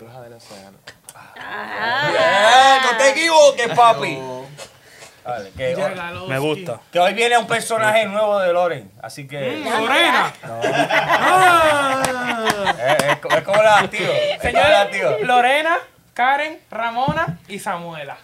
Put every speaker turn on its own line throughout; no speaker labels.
Victoria se gana.
Eh, no te equivoques, papi. Dale, que, hoy,
Me gusta.
que hoy viene un personaje nuevo de Loren, así
Mm.
que eh,
Morena.
es, co- es como la tío. Es como la tío.
Señores, Lorena, Karen, Ramona y Samuela.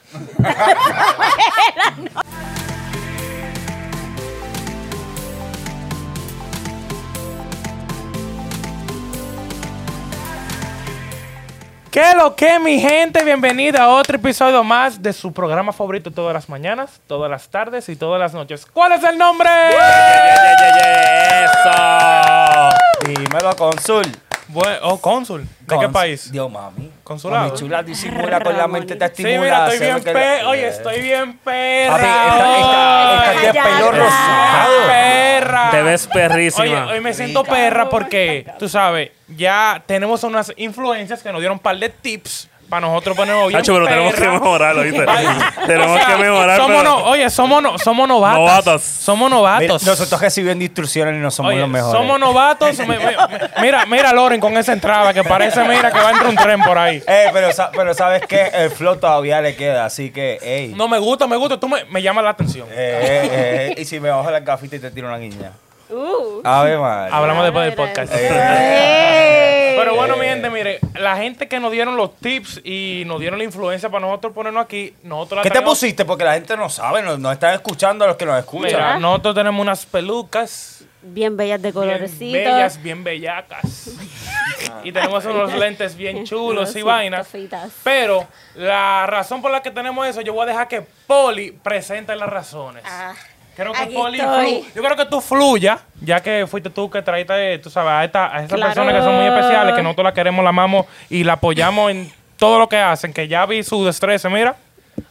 ¿Qué lo que, mi gente? Bienvenida a otro episodio más de su programa favorito todas las mañanas, todas las tardes y todas las noches. ¿Cuál es el nombre?
Dímelo, Consul.
Bue- oh, cónsul. ¿De qué
Cons-
país?
Dios, mami.
Consulado.
Mami chula disimula con la mente, te
Sí,
estimula.
mira,
se
estoy bien
ve que- Eh,
perra. Oye, estoy bien perra.
Papi, esta, esta, esta
hoy.
tía es pelo
Ay, ya,
rosado.
Perra.
Te ves
Oye,
perrísima.
hoy me siento perra porque, tú sabes, ya tenemos unas influencias que nos dieron un par de tips para nosotros ponernos bien
Hacho, pero tenemos que
perra.
mejorarlo, ¿viste?
Ay, o
tenemos
sea,
que mejorar.
somos
pero-
no- oye, somos, no- somos novatos.
Novatos.
Somos
Mira,
novatos.
Nosotros recibiendo instrucciones y no somos
Oye,
los mejores.
somos novatos. me- me- me- mira, mira, Loren, con esa entrada que parece, mira, que va a entrar un tren por ahí.
Eh, pero, sa- pero sabes que el flow todavía le queda, así que, ey.
No, me gusta, me gusta. Tú me, me llamas la atención.
Eh, eh, eh, y si me bajo las gafitas y te tiro una guiña.
Uh.
A ver, madre.
Hablamos después del podcast.
Ey.
Pero bueno, mi gente, mire, la gente que nos dieron los tips y nos dieron la influencia para nosotros ponernos aquí, nosotros la
¿Qué te
tenemos-
pusiste? Porque la gente no sabe, no, no están escuchando a los que nos
Mira,
escuchan.
nosotros tenemos unas pelucas
Bien bellas de
bien
colorecitos.
bellas, bien bellacas. y tenemos unos lentes bien chulos y
Unas
vainas.
cofitas.
Pero la razón por la que tenemos eso, yo voy a dejar que Poli presente las razones.
Ah,
Creo que
Aquí
Poli
estoy.
flu- Yo creo que tú fluyas, ya que fuiste tú que traíste, tú sabes, a, esta, a esas
Claro.
personas que son muy especiales, que nosotros la queremos, la amamos y la apoyamos en todo lo que hacen, que ya vi su destreza, mira.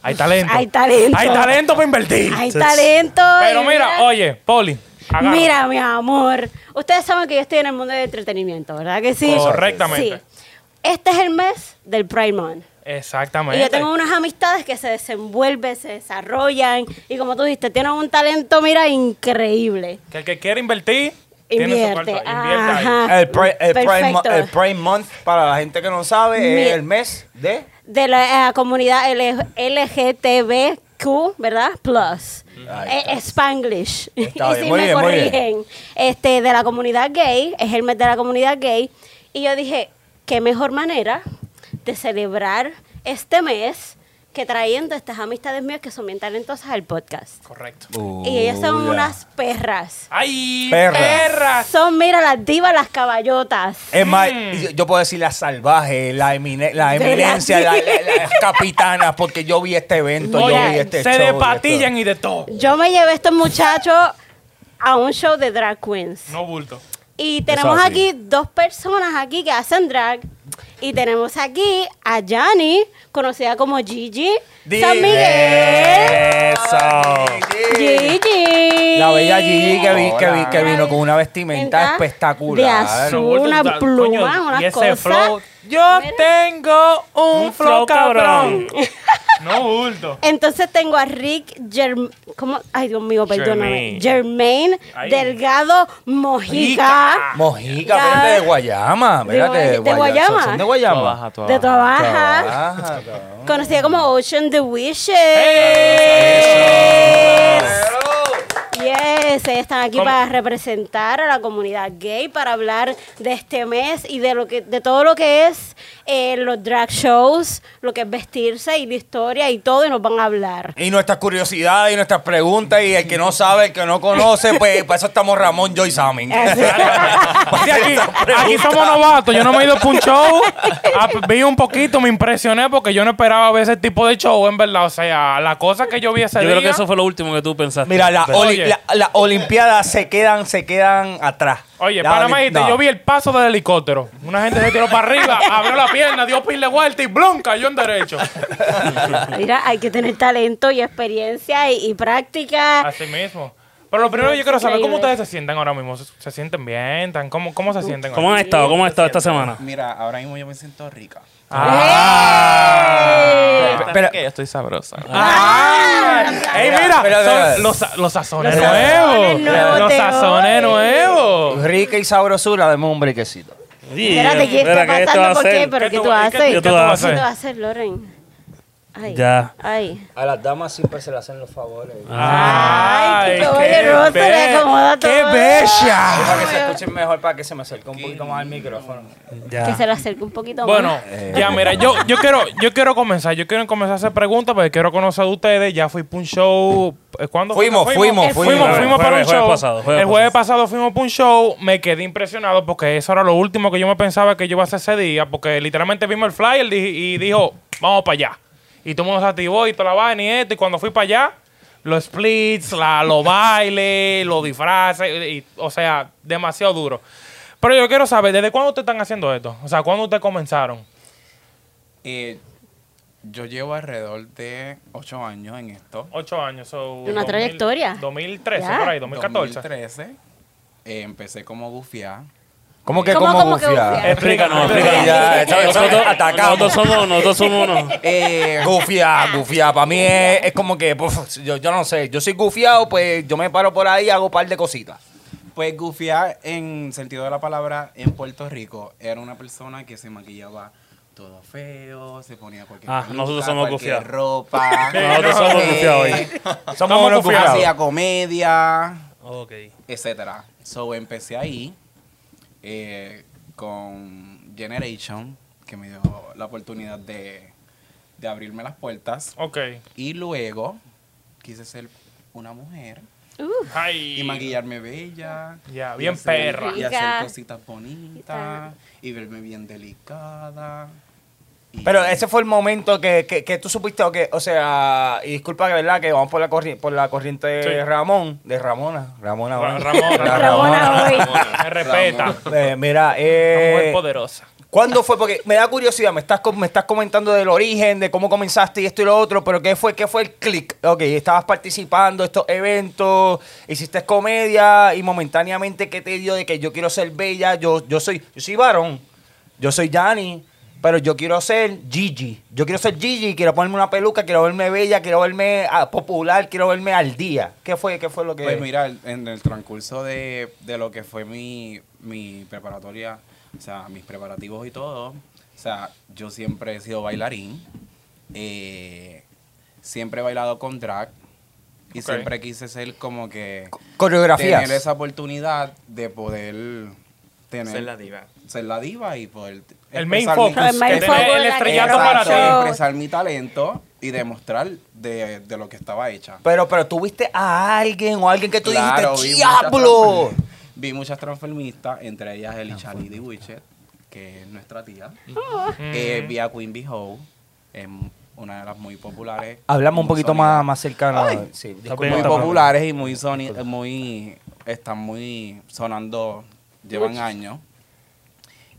Hay talento.
Hay talento.
Hay talento para invertir.
Hay talento.
Pero
y
mira, oye, Poli, agarra.
Mira, mi amor. Ustedes saben que yo estoy en el mundo del entretenimiento, ¿verdad que sí?
Correctamente.
Sí. Este es el mes del Pride Month.
Exactamente.
Y yo tengo unas amistades que se desenvuelven, se desarrollan y como tú dijiste, tienen un talento, mira, increíble.
Que el que quiere invertir, tiene su
Invierte.
cuarto ahí, invierte ahí.
Ajá.
el, Pride- el Pride Mo-
Ah, Perfecto.
el Pride Month, para la gente que no sabe,
Mi-
es el mes de.
de la eh, comunidad L- LGTBQ, ¿verdad? Plus.
Ahí
Eh, Spanglish. Y
Está bien,
si
muy
me
bien, muy bien.
corrigen, este, de la comunidad gay, es el mes de la comunidad gay. Y yo dije, qué mejor manera de celebrar este mes que trayendo estas amistades mías que son bien talentosas al podcast.
Correcto.
y ellas son
Uya.
unas perras.
¡Ay!
Perras.
¡Perras!
Son, mira, las divas, las caballotas.
Es más,
Mm.
yo, yo puedo decir la salvaje, la, emine- la
De la-
eminencia, la- la- las capitanas, porque yo vi este evento, yo vi
Oye,
este
se
show,
despatillan y de todo.
Yo me llevé a estos muchachos a un show de drag queens.
No bulto.
Y tenemos
así.
aquí dos personas aquí que hacen drag. Y tenemos aquí a Yani, conocida como Gigi
Di-
San Miguel.
Eso.
Gigi.
La bella Gigi que, vi- que, vi- que
Hola.
vino con una vestimenta
Entra de
espectacular.
azul. Una pluma, una
y ese
cosa.
flow. Yo
Mira.
tengo un,
Un
flow
flow
cabrón.
cabrón.
no bulto.
Entonces tengo a Rick Germ ¿cómo? Ay, Dios mío, perdóname.
Germain.
Germain
Ay.
Delgado Mojica.
Mojica,
Ya.
espérate, de Guayama. Espérate,
Guaya- de Guayama.
Son de Guayama.
Trabaja, trabaja.
De tu abaja.
Trabaja, cabrón.
Conocida como Ocean the Wishes. Yes, ellas están aquí
¿Cómo?
para representar a la comunidad gay, para hablar de este mes y de lo que, de todo lo que es eh, los drag shows, lo que es vestirse y la historia y todo, y nos van a hablar.
Y nuestras curiosidades y nuestras preguntas, y el que no sabe, el que no conoce, pues para eso estamos Ramón, yo y Sammy.
Sí, aquí, aquí somos novatos. Yo no me he ido para un show. Ah, p- vi un poquito, me impresioné porque yo no esperaba ver ese tipo de show, en verdad. O sea, la cosa que yo vi ese
Yo
día.
creo que eso fue lo último que tú pensaste.
Mira, las
Pero-
oli-
Oye.
la- las Olimpiadas se quedan, se quedan atrás.
Oye,
La
para
oli-
Maite,
no.
yo vi el paso del helicóptero. Una gente se tiró para arriba, abrió la pierna, dio pile vuelta y blum, cayó en derecho.
Mira, hay que tener talento y experiencia y, y práctica.
Así mismo. Pero lo primero yo quiero saber, ¿cómo
Increíble.
ustedes se sienten ahora mismo? ¿Se, se sienten bien? ¿Tan, cómo, ¿Cómo se sienten
¿Cómo
ahora?
han estado? ¿Cómo han estado esta semana?
Mira, ahora mismo yo me siento rica.
¡Eh!
¡Ah!
Pero,
pero-
que yo estoy sabrosa.
¡Ey, mira!
Pero, pero,
son
pero,
los, sa- los sazones
Los
nuevos.
sazones nuevos
Los
de
sazones
hoy.
nuevos.
Rica y sabrosura, demos un brequecito.
Espérate, ¿qué está
Espera, ¿qué esto va
pasando?
a
¿Por qué?
ser?
¿Pero qué
¿Qué
tú
tú- qué-
haces?
qué
¿Qué
tú
tú
haces?
haces, Loren? Ay,
Ya.
Ay.
A las damas siempre se le hacen los favores.
Ay, qué
qué
poderoso, le
be-
acomoda
¡Qué
todo.
bella!
Para que se escuchen mejor, para que se me acerque un poquito más al micrófono.
Que
Ya.
se le acerque un poquito
Bueno,
más.
ya mira, yo, yo quiero yo quiero comenzar, yo quiero comenzar a hacer preguntas porque quiero conocer de ustedes, ya fui para un show, eh, ¿cuándo? fue?
Fuimos, fuimos, fuimos.
El
Fuimos,
Jueves,
fuimos para un
jueves,
show.
jueves pasado, jueves
el jueves pasado fuimos para un show. Me quedé impresionado porque eso era lo último que yo me pensaba que yo iba a hacer ese día. Porque literalmente vimos el flyer di- y dijo, vamos para allá. Y todo el mundo se activó y toda la vaina y esto. Y cuando fui para allá, los splits, la, los bailes, los disfraces. y- y- o sea, demasiado duro. Pero yo quiero saber, ¿desde cuándo ustedes están haciendo esto? O sea, ¿cuándo ustedes comenzaron?
Y yo llevo alrededor de 8 años en esto.
Ocho años. so,
Una
2000,
trayectoria.
2013,
Ya.
por ahí, 2014.
2013. eh, empecé como gufiá.
¿Cómo que
¿Cómo-
cómo,
cómo que
gufiar?
gufear?
Explícanos,
Ya, ya, ya,
explícanos. Nosotros
atacamos.
nosotros somos uno, nosotros somos uno.
Eh, gufiar, gufiar. Para mí es, es como que, pues, yo, yo no sé, yo soy gufiado, pues yo me paro por ahí y hago un par de cositas.
Pues gufiá, en sentido de la palabra, en Puerto Rico, era una persona que se maquillaba todo feo, se ponía cualquier
Ah, nosotros somos
cualquier
gufiá.
ropa. Eh,
Nosotros somos gufiá hoy.
Somos unos gufiados.
Hacía comedia,
Ok.
etcétera. So empecé ahí eh, con Generation, que me dio la oportunidad de, de abrirme las puertas.
Ok.
Y luego quise ser una mujer
Uh,
Ay.
y maquillarme bella.
Ya,
y
bien
hacer-
perra.
Y
Rica.
hacer cositas bonitas y verme bien delicada. y-
Pero ese fue el momento que, que, que tú supiste, o que, o sea, y disculpa que verdad que vamos por la, corri- por la corriente de Ramón, de Ramona, Ramona, ¿no?
Ra- Ramona.
La
Ramona hoy.
Me respeta.
Eh, mira,
Una mujer
eh,
poderosa.
¿cuándo fue? Porque me da curiosidad, me estás, com- me estás comentando del origen, de cómo comenzaste y esto y lo otro, pero ¿qué fue, qué fue el click? Ok, estabas participando de estos eventos, hiciste comedia y momentáneamente ¿qué te dio de que yo quiero ser bella? Yo, yo soy, yo soy varón, yo soy Yanni, pero yo quiero ser Gigi. Yo quiero ser Gigi, quiero ponerme una peluca, quiero verme bella, quiero verme ah, popular, quiero verme al día. ¿Qué fue, qué fue lo que...?
Pues mira, el- en el transcurso de, de lo que fue mi, mi preparatoria, o sea, mis preparativos y todo, o sea, yo siempre he sido bailarín, eh, siempre he bailado con drag y
Ok.
siempre quise ser como que
Coreografías.
tener esa oportunidad de poder tener
Ser la diva.
ser la diva y poder
El main
expresar mi-
focus.
El main
Que
focus
tiene
de
el
la
estrellato
casa.
para
Exacto,
ti.
Show.
expresar mi talento y demostrar de, de lo que estaba hecha.
Pero, pero tú viste a alguien o a alguien que tú
Claro,
dijiste,
vi muchas
¡Diablo!
transfer- Vi muchas transformistas, entre ellas Eli Chalidi Wichet, que es nuestra tía. Eh, vi a Queen Bee Howe, es una de las muy populares.
Hablamos un
muy
poquito
sónidas.
más, más cercano. Sí, disculpa.
bien,
Muy
está bien.
populares y muy, soni- muy están muy sonando, llevan años.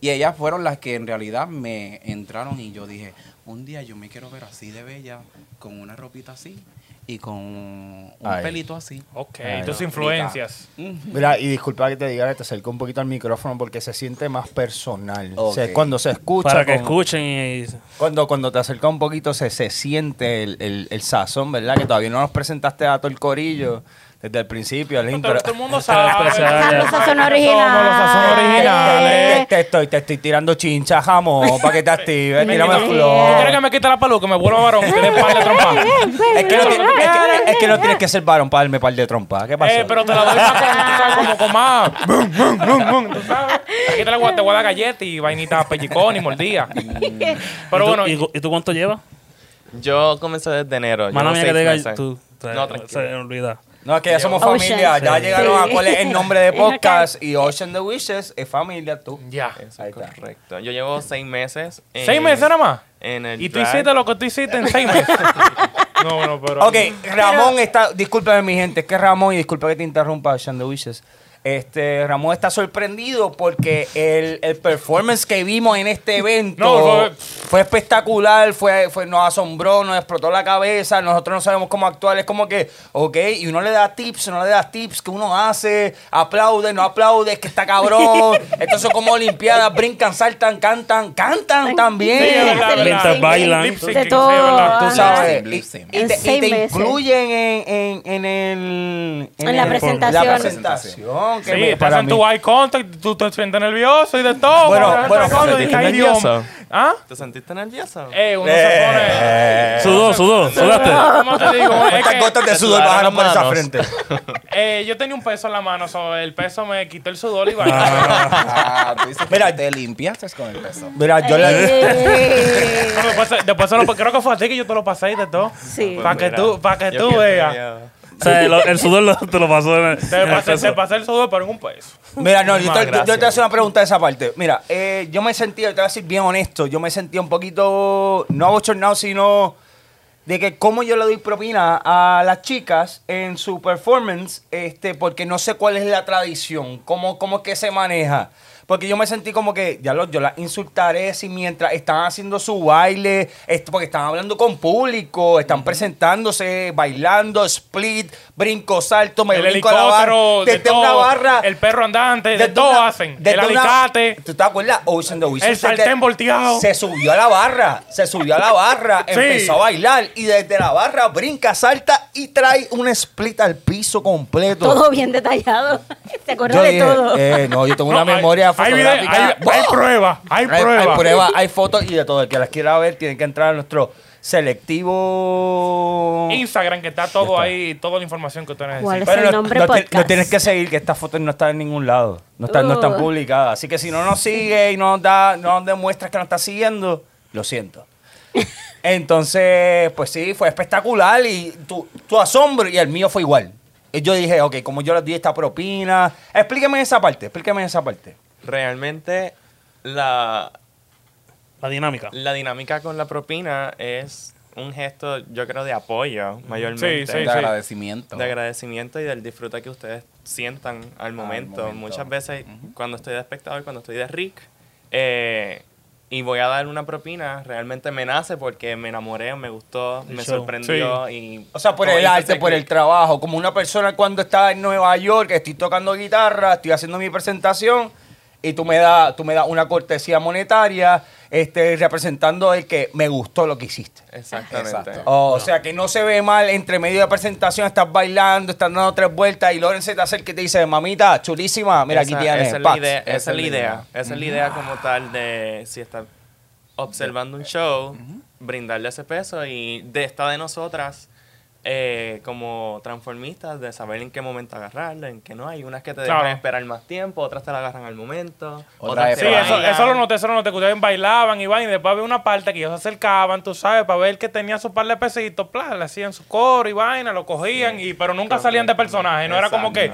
Y ellas fueron las que en realidad me entraron y yo dije, un día yo me quiero ver así de bella, con una ropita así y con un
Ay.
pelito así.
Ok,
Ay,
tus
no.
influencias.
Mira, y disculpa que te diga que te acerco un poquito al micrófono porque se siente más personal. O sea,
Ok.
cuando se escucha.
Para que
con-
escuchen y.
Cuando, cuando te acerca un poquito se, se siente el, el- el sazón, ¿verdad? Que todavía no nos presentaste a todo el corillo desde el principio, al
Todo,
intro.
todo el mundo
Esta
sabe.
es la especial.
Los sazón originales.
Somos los sazón originales.
Te, te estoy, te estoy tirando chincha, jamón, para que te actives, tírame
¿Tú quieres
flor.
que me quite la peluca? Me vuelvo varón. Tiene par de trompa. Eh,
pues,
Es que, no, ti- es que- es que no tienes que ser varón para darme par de trompa. ¿Qué pasó?
Eh, pero te la doy más con, tú sabes, como con más. Bum, bum, bum, bum, ¿Tú sabes? Aquí te la guarda, te guarda galleta y vainita pellicón y mordida. Pero
¿Y tú-
bueno,
¿Y, y tú cuánto llevas?
Yo comencé desde enero.
Mano
llevo
mía que
seis
te diga
meses.
tú. Se
No,
me
tranquilo.
olvida.
No, es que ya somos
Ocean.
familia. Ya
Sí.
llegaron
Sí.
a cuál es el nombre de
Es lo que-
podcast. Y Ocean the Wishes es familia tú.
ya.
Ahí está.
Correcto. Yo llevo seis meses. en-
¿Seis meses nada más?
En el
¿Y tú
drag.
hiciste lo que tú hiciste en seis meses? No, no, pero...
Ok, Ramón está. Discúlpame, mi gente. Es que Ramón, y disculpa que te interrumpa, Ocean the Wishes. Este, Ramón está sorprendido porque el, el performance que vimos en este evento
No, fue-
fue, Fue espectacular, fue, fue, nos asombró, nos explotó la cabeza, nosotros no sabemos cómo actuar, es como que, ok, y uno le da tips, no le da tips, que uno hace, aplaude, no aplaude, que está cabrón, esto son como olimpiadas, brincan, saltan, cantan, cantan también.
Sí, es verdad,
Hacen lip
verdad.
sync.
bailan.
Lip sync,
De
sí,
todo,
es verdad.
ajá.
Tú sabes, y,
Lip
y
sync.
te,
En
y te
seis meses.
incluyen en, en, en el...
En la
el-
presentación.
la presentación, que
Sí,
me-
te
para
hacen
mí-
tu eye contact, tú te sientes nervioso y de todo.
Bueno,
te hacen
bueno,
eye contact
¿te
y
sentiste
ay, Dios.
nervioso?
¿Ah?
¿Te sentiste nerviosa?
Eh, uno se
Eh,
Sudó, sudó,
pone.
sudaste.
¿Cómo te digo? Es
Eh. Estas
que,
gotas de
te
sudor
sudaron
bajaron por
las
esa
manos.
frente.
eh, yo tenía un peso en la mano, so, el peso me quitó el sudor y bailé.
Ah, tú dices que
Mira,
te limpiaste con el peso.
Mira, yo le...
Eh,
No, después, después se lo- creo que fue a ti que yo te lo pasé y de todo.
Sí.
Pa' que tú- pa' que tú veas.
eh,
O sea, el, el sudor lo- te lo pasó en el,
Te
en el
pasé,
peso.
te pasé el sudor, pero en un peso.
Mira, no, yo
Más
te, yo- yo te voy a
gracias.
hacer una pregunta de esa parte. Mira, eh, yo me sentí, te voy a decir bien honesto, yo me sentí un poquito, no abochornado, sino de que cómo yo le doy propina a las chicas en su performance, este, porque no sé cuál es la tradición, cómo, cómo es que se maneja. Porque yo me sentí como que, ya lo, yo las insultaré si mientras están haciendo su baile, esto, porque están hablando con público, están presentándose, bailando, split, brinco, salto, me
el
brinco a la barra,
helicóptero, de
desde
todo.
una barra,
el perro andante, de,
desde
todo
una-
hacen.
desde
El
una-
alicate.
¿Tú te acuerdas? Oh, Ocean the Wizard
El
se que-
sartén volteado.
Se subió a la barra. Se subió a la barra.
Sí.
Empezó a bailar. Y desde la barra brinca, salta y trae un split al piso completo.
Todo bien detallado. Se acuerda
Yo
de
dije,
todo.
eh, no, yo tengo una
No, hay-
memoria
hay, video- hay,
fotográfica.
hay
¡Wow!
pruebas, hay pruebas.
Hay pruebas, hay fotos y de todo. El que las quiera ver tiene que entrar a nuestro selectivo.
Instagram, que está todo ahí, toda la información que tú necesitas.
¿Cuál? Es el nombre
no, ti-
podcast.
no tienes que seguir, que estas fotos no están en ningún lado. No están, no están
Uh.
publicadas. Así que si no nos sigue y no nos, da, no nos demuestras que nos estás siguiendo, lo siento. Entonces, pues sí, fue espectacular y tu, tu asombro y el mío fue igual. Y Yo dije, ok, como yo les di esta propina. Explíqueme esa parte, explíqueme esa parte.
Realmente, la,
La dinámica.
la dinámica con la propina es un gesto, yo creo, de apoyo, mayormente.
Sí,
de
sí.
agradecimiento.
De agradecimiento y del disfrute que ustedes sientan al momento.
momento.
Muchas veces, cuando estoy de espectador, cuando estoy de Rick, eh, y voy a dar una propina, realmente me nace porque me enamoré, me gustó,
El
me
show.
sorprendió. Y,
O sea, por
como
el
dice
arte,
ese
por el
clip,
trabajo. Como una persona cuando está en Nueva York, que estoy tocando guitarra, estoy haciendo mi presentación y tú me das tú me das una cortesía monetaria este, representando el que me gustó lo que hiciste.
Exactamente.
Exacto.
O, sea, que no se ve mal entre medio de presentación, estás bailando, estás dando tres vueltas y Loren se te acerca y te dice, mamita, chulísima, mira aquí
Esa-
tienes.
Esa es la
Pax".
idea, esa
Esa
es la idea. Esa es la idea
Ah.
como tal de si estás observando un show, brindarle ese peso y de esta de nosotras. eh, como transformistas de saber en qué momento agarrarlo, en qué no. Hay unas que te dejan
Claro.
esperar más tiempo, otras te la agarran al momento.
Otras
Otras,
Sí,
Pero
eso,
bailan.
eso lo noté, eso lo noté, que ustedes bailaban y van y después había una parte que ellos se acercaban, tú sabes, para ver que tenía su par de pesitos, pla, le hacían su coro y vaina, lo cogían, y pero nunca salían de personaje, no era como que,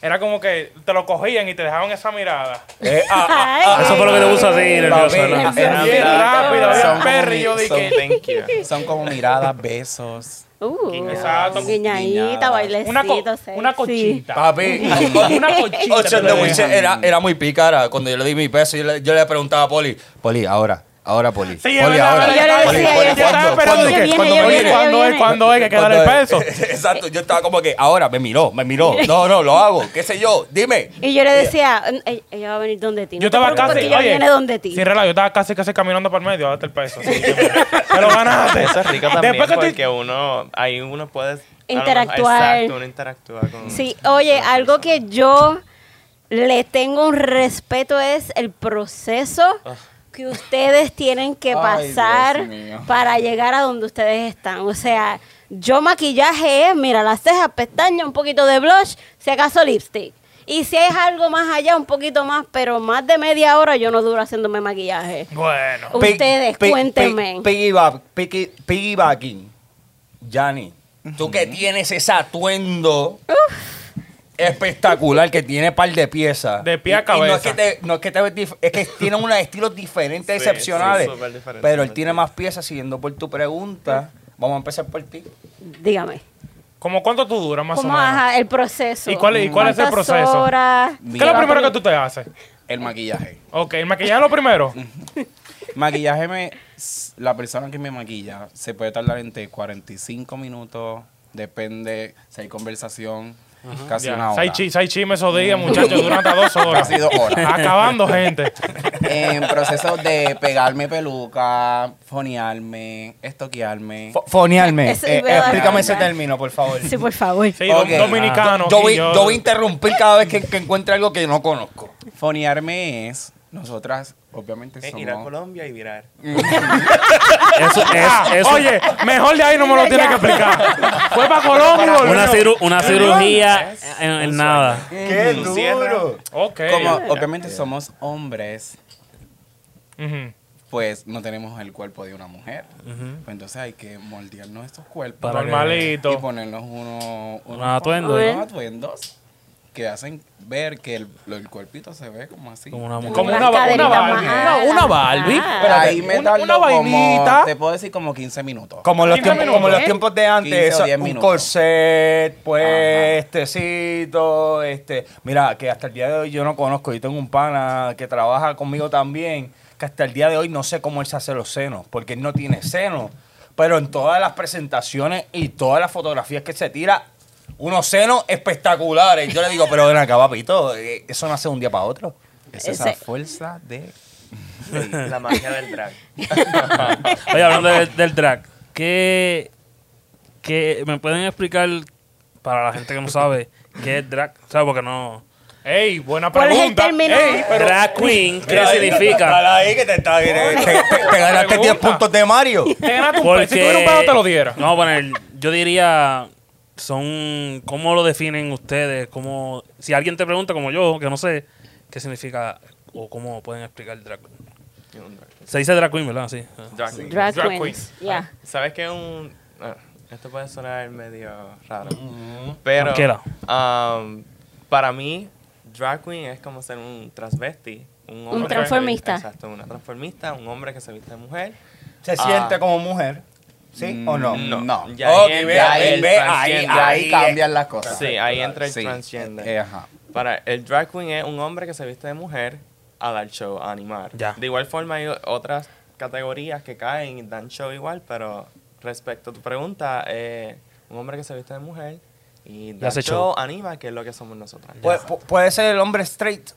era como que te lo cogían y te dejaban esa mirada.
Eh, ah, ah,
Ay.
Eso fue lo que te puso así, nervioso.
Papi,
¿verdad?
eh,
Era bien rápido,
Son
había un
como
perro y
mi-
yo
son-
dije,
Thank you.
Son como miradas, besos.
Uh,
Guiñadas.
guiñadita, bailecito.
una, co-
sexy.
una cochita.
Papi,
Una cochita.
Ocho
te
de
lo
Wisin
dejan.
era, era muy pícara. Cuando yo le di mi peso, yo le, yo le preguntaba a Poli, Poli, ahora, ahora, Poli.
Sí, es
Poli,
verdad,
ahora.
es verdad,
Poli,
yo le
Poli,
decía, yo
¿cuándo?
estaba esperando
¿Cuándo?
que viene,
¿Cuándo
ella
me
viene,
mira?
ella
¿Cuándo es?
viene.
¿Cuándo es que hay que dar el
¿Cuándo
peso?
es? Exacto, yo estaba como que ahora me miró, me miró. No, no, lo hago, qué sé yo, dime.
Y yo le decía, "Eh, ella va a venir donde ti. No
Yo
te
estaba
preocupes
casi.
que ella
Oye,
viene donde ti.
sí, relajo, yo estaba casi casi caminando para el medio, date el peso. sí, yo me- Te lo ganaste.
Eso es rico también
Después que tú-
porque uno, ahí uno puede... a lo mejor-
Interactuar.
Exacto, uno interactúa con...
Sí, oye, algo que yo le tengo un respeto es el proceso
Ah.
que ustedes tienen que
Ay,
pasar
Dios mío.
para llegar a donde ustedes están. O sea, yo maquillaje es, mira, las cejas, pestañas, un poquito de blush, si acaso lipstick. Y si es algo más allá, un poquito más, pero más de media hora yo no duro haciéndome maquillaje.
Bueno.
Pi-
Ustedes,
pi- pi-
cuéntenme.
piggyback- piggy- Piggybacking. Yanni, tú que tienes ese atuendo espectacular que tiene par de piezas.
De pie a
Y- y no es
cabeza.
que te, no es que te ves dif- es que tiene unos estilos diferentes,
Sí,
excepcionales.
sí, súper diferente,
pero él
súper
tiene más piezas, siguiendo por tu pregunta. Vamos a empezar por ti.
Dígame.
¿Cómo cuánto tú duras más
¿Cómo
o menos?
ajá, el proceso?
¿Y cuál es- y cuál es el
¿Cuántas
proceso?
horas?
¿Qué es lo primero que tú te haces?
El maquillaje.
Ok, el maquillaje es lo primero.
Maquillaje me s- la persona que me maquilla se puede tardar entre 45 minutos, depende si hay conversación, casi una hora.
Seis chi- seis chismes esos días,
Mm.
muchachos, duran hasta dos horas.
Casi dos horas.
Acabando, gente.
En proceso de pegarme peluca, fonearme, estoquearme.
Fo- Fonearme.
Eso
Eh,
iba a dar
explícame ese
cuenta.
término, por favor.
Sí, por favor.
Sí, do-
Ok.
Ah,
dominicano.
Yo
aquí,
voy, yo voy a interrumpir cada vez que, que encuentre algo que no conozco.
Fonearme es, nosotras obviamente
Eh,
somos...
ir a Colombia y virar.
Eso
ah,
es. eso-
Ah, Oye, mejor de ahí no me lo tiene que explicar. Fue para Colombia y volvió.
Una, ciru- una cirugía
Es
en, en
un
nada.
¡Qué
Tú cierras.
Ok.
Como obviamente somos hombres,
Ujú.
pues no tenemos el cuerpo de una mujer. Pues entonces hay que moldearnos estos cuerpos.
Para
y
Normalito.
ponernos uno, unos
atuendo.
unos atuendos que hacen ver que el, lo- el cuerpito se ve como así.
Como una mujer.
Como
Las
una, ba- una
caderitas
Barbie.
más
Una, una
altas.
Barbie.
Ah.
Pero ahí me
una,
tardó
una
como,
vainita.
te puedo decir como 15 minutos.
Como los,
15
tiempos, como
minutos.
los tiempos de
15 o
antes, eso,
10
un
minutos.
corset, pues, estecito, este. Mira, que hasta el día de hoy yo no conozco. Yo tengo un pana que trabaja conmigo también, que hasta el día de hoy no sé cómo él se hace los senos, porque él no tiene senos. Pero en todas las presentaciones y todas las fotografías que se tira, unos senos espectaculares. Yo le digo, pero ven acá, papito, eh, eso nace de un día para otro.
Esa es
Ese-
la fuerza de...
La magia del drag.
Oye, hablando del, del drag, ¿qué, qué- me pueden explicar para la gente que no sabe qué es drag? ¿Sabes? Porque no.
Ey, buena
¿Cuál es el
pregunta.
término?
Ey, pero-
drag queen, ¿qué
Mira, ahí,
significa?
dale ahí que te, está- te- te- te ganaste 10
Pregunta.
puntos de Mario.
te ganaste un peso. Si tuviera un peso, te lo diera.
No, bueno, el- yo diría. Son. ¿Cómo lo definen ustedes? ¿Cómo, si alguien te pregunta, como yo, que no sé, ¿qué significa o cómo pueden explicar el drag queen? Se dice drag queen, ¿verdad? Sí.
Drag queen.
Drag,
Drag
queens.
queens. Ah.
Yeah.
¿Sabes qué? Un, ah, esto puede sonar medio raro. Pero
Tranquila.
um, para mí, drag queen es como ser un transvesti. Un, hombre que se
transformista.
viste- exacto, una transformista, un hombre que se viste de mujer.
se
Ah.
siente como mujer, ¿sí o no?
Mm, No.
Ya
Ok,
ahí
ve,
entra
ahí,
el
ve, ahí,
transgender.
Ya ahí
es.
cambian las cosas.
eh, Sí, ahí entra el
Sí,
transgender.
eh, ajá.
Para el drag queen es un hombre que se viste de mujer a dar show, a animar.
Ya.
De igual forma hay otras categorías que caen y dan show igual, pero respecto a tu pregunta, eh, un hombre que se viste de mujer y da
hace show.
show, anima, que es lo que somos nosotras.
Pu- pu- puede ser el hombre straight.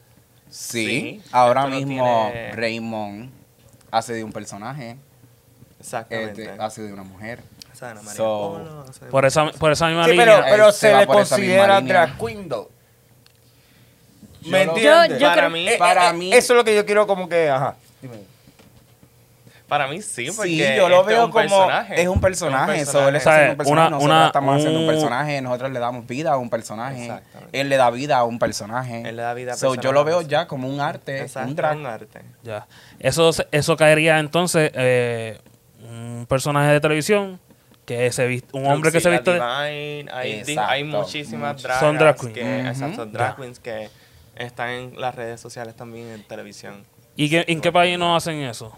Sí,
Sí,
ahora
esto no
mismo
tiene-
Raymond hace de un personaje,
Exactamente.
este, hace de una mujer.
O sea, Ana María
So-
Polo, o sea,
Por esa, por esa misma
Sí,
línea.
pero, pero
Él eh, se
se
va
le
por esa misma
considera
línea.
drag queen, though.
Yo
¿Me
no-
entiendes?
Yo
para
creo-
mí,
Eh, eh,
para
eh,
mí-
Eso es lo que yo quiero como que, ajá.
para mí sí, porque
Sí, yo lo
este es
veo
un
como
personaje.
es un personaje, so, él
O
está
sea,
haciendo un personaje,
una-
nosotros
una-
estamos haciendo un
un-
personaje, nosotros le damos vida a un personaje,
Exactamente.
él le da vida a un personaje.
Él le da vida a
so, yo
personajes.
lo veo ya como un arte,
Exacto,
un drag.
un arte.
Ya. Eso, se- eso caería entonces eh, un personaje de televisión que se viste, un hombre que se
Truxila
viste de-
Divine, hay, di-
Exacto.
hay muchísimas drag
Son drag
queens.
queens.
Que,
Ujú.
Exacto, drag
Ya.
queens que están en las redes sociales también, en televisión.
¿Y qué- en qué país no hacen eso?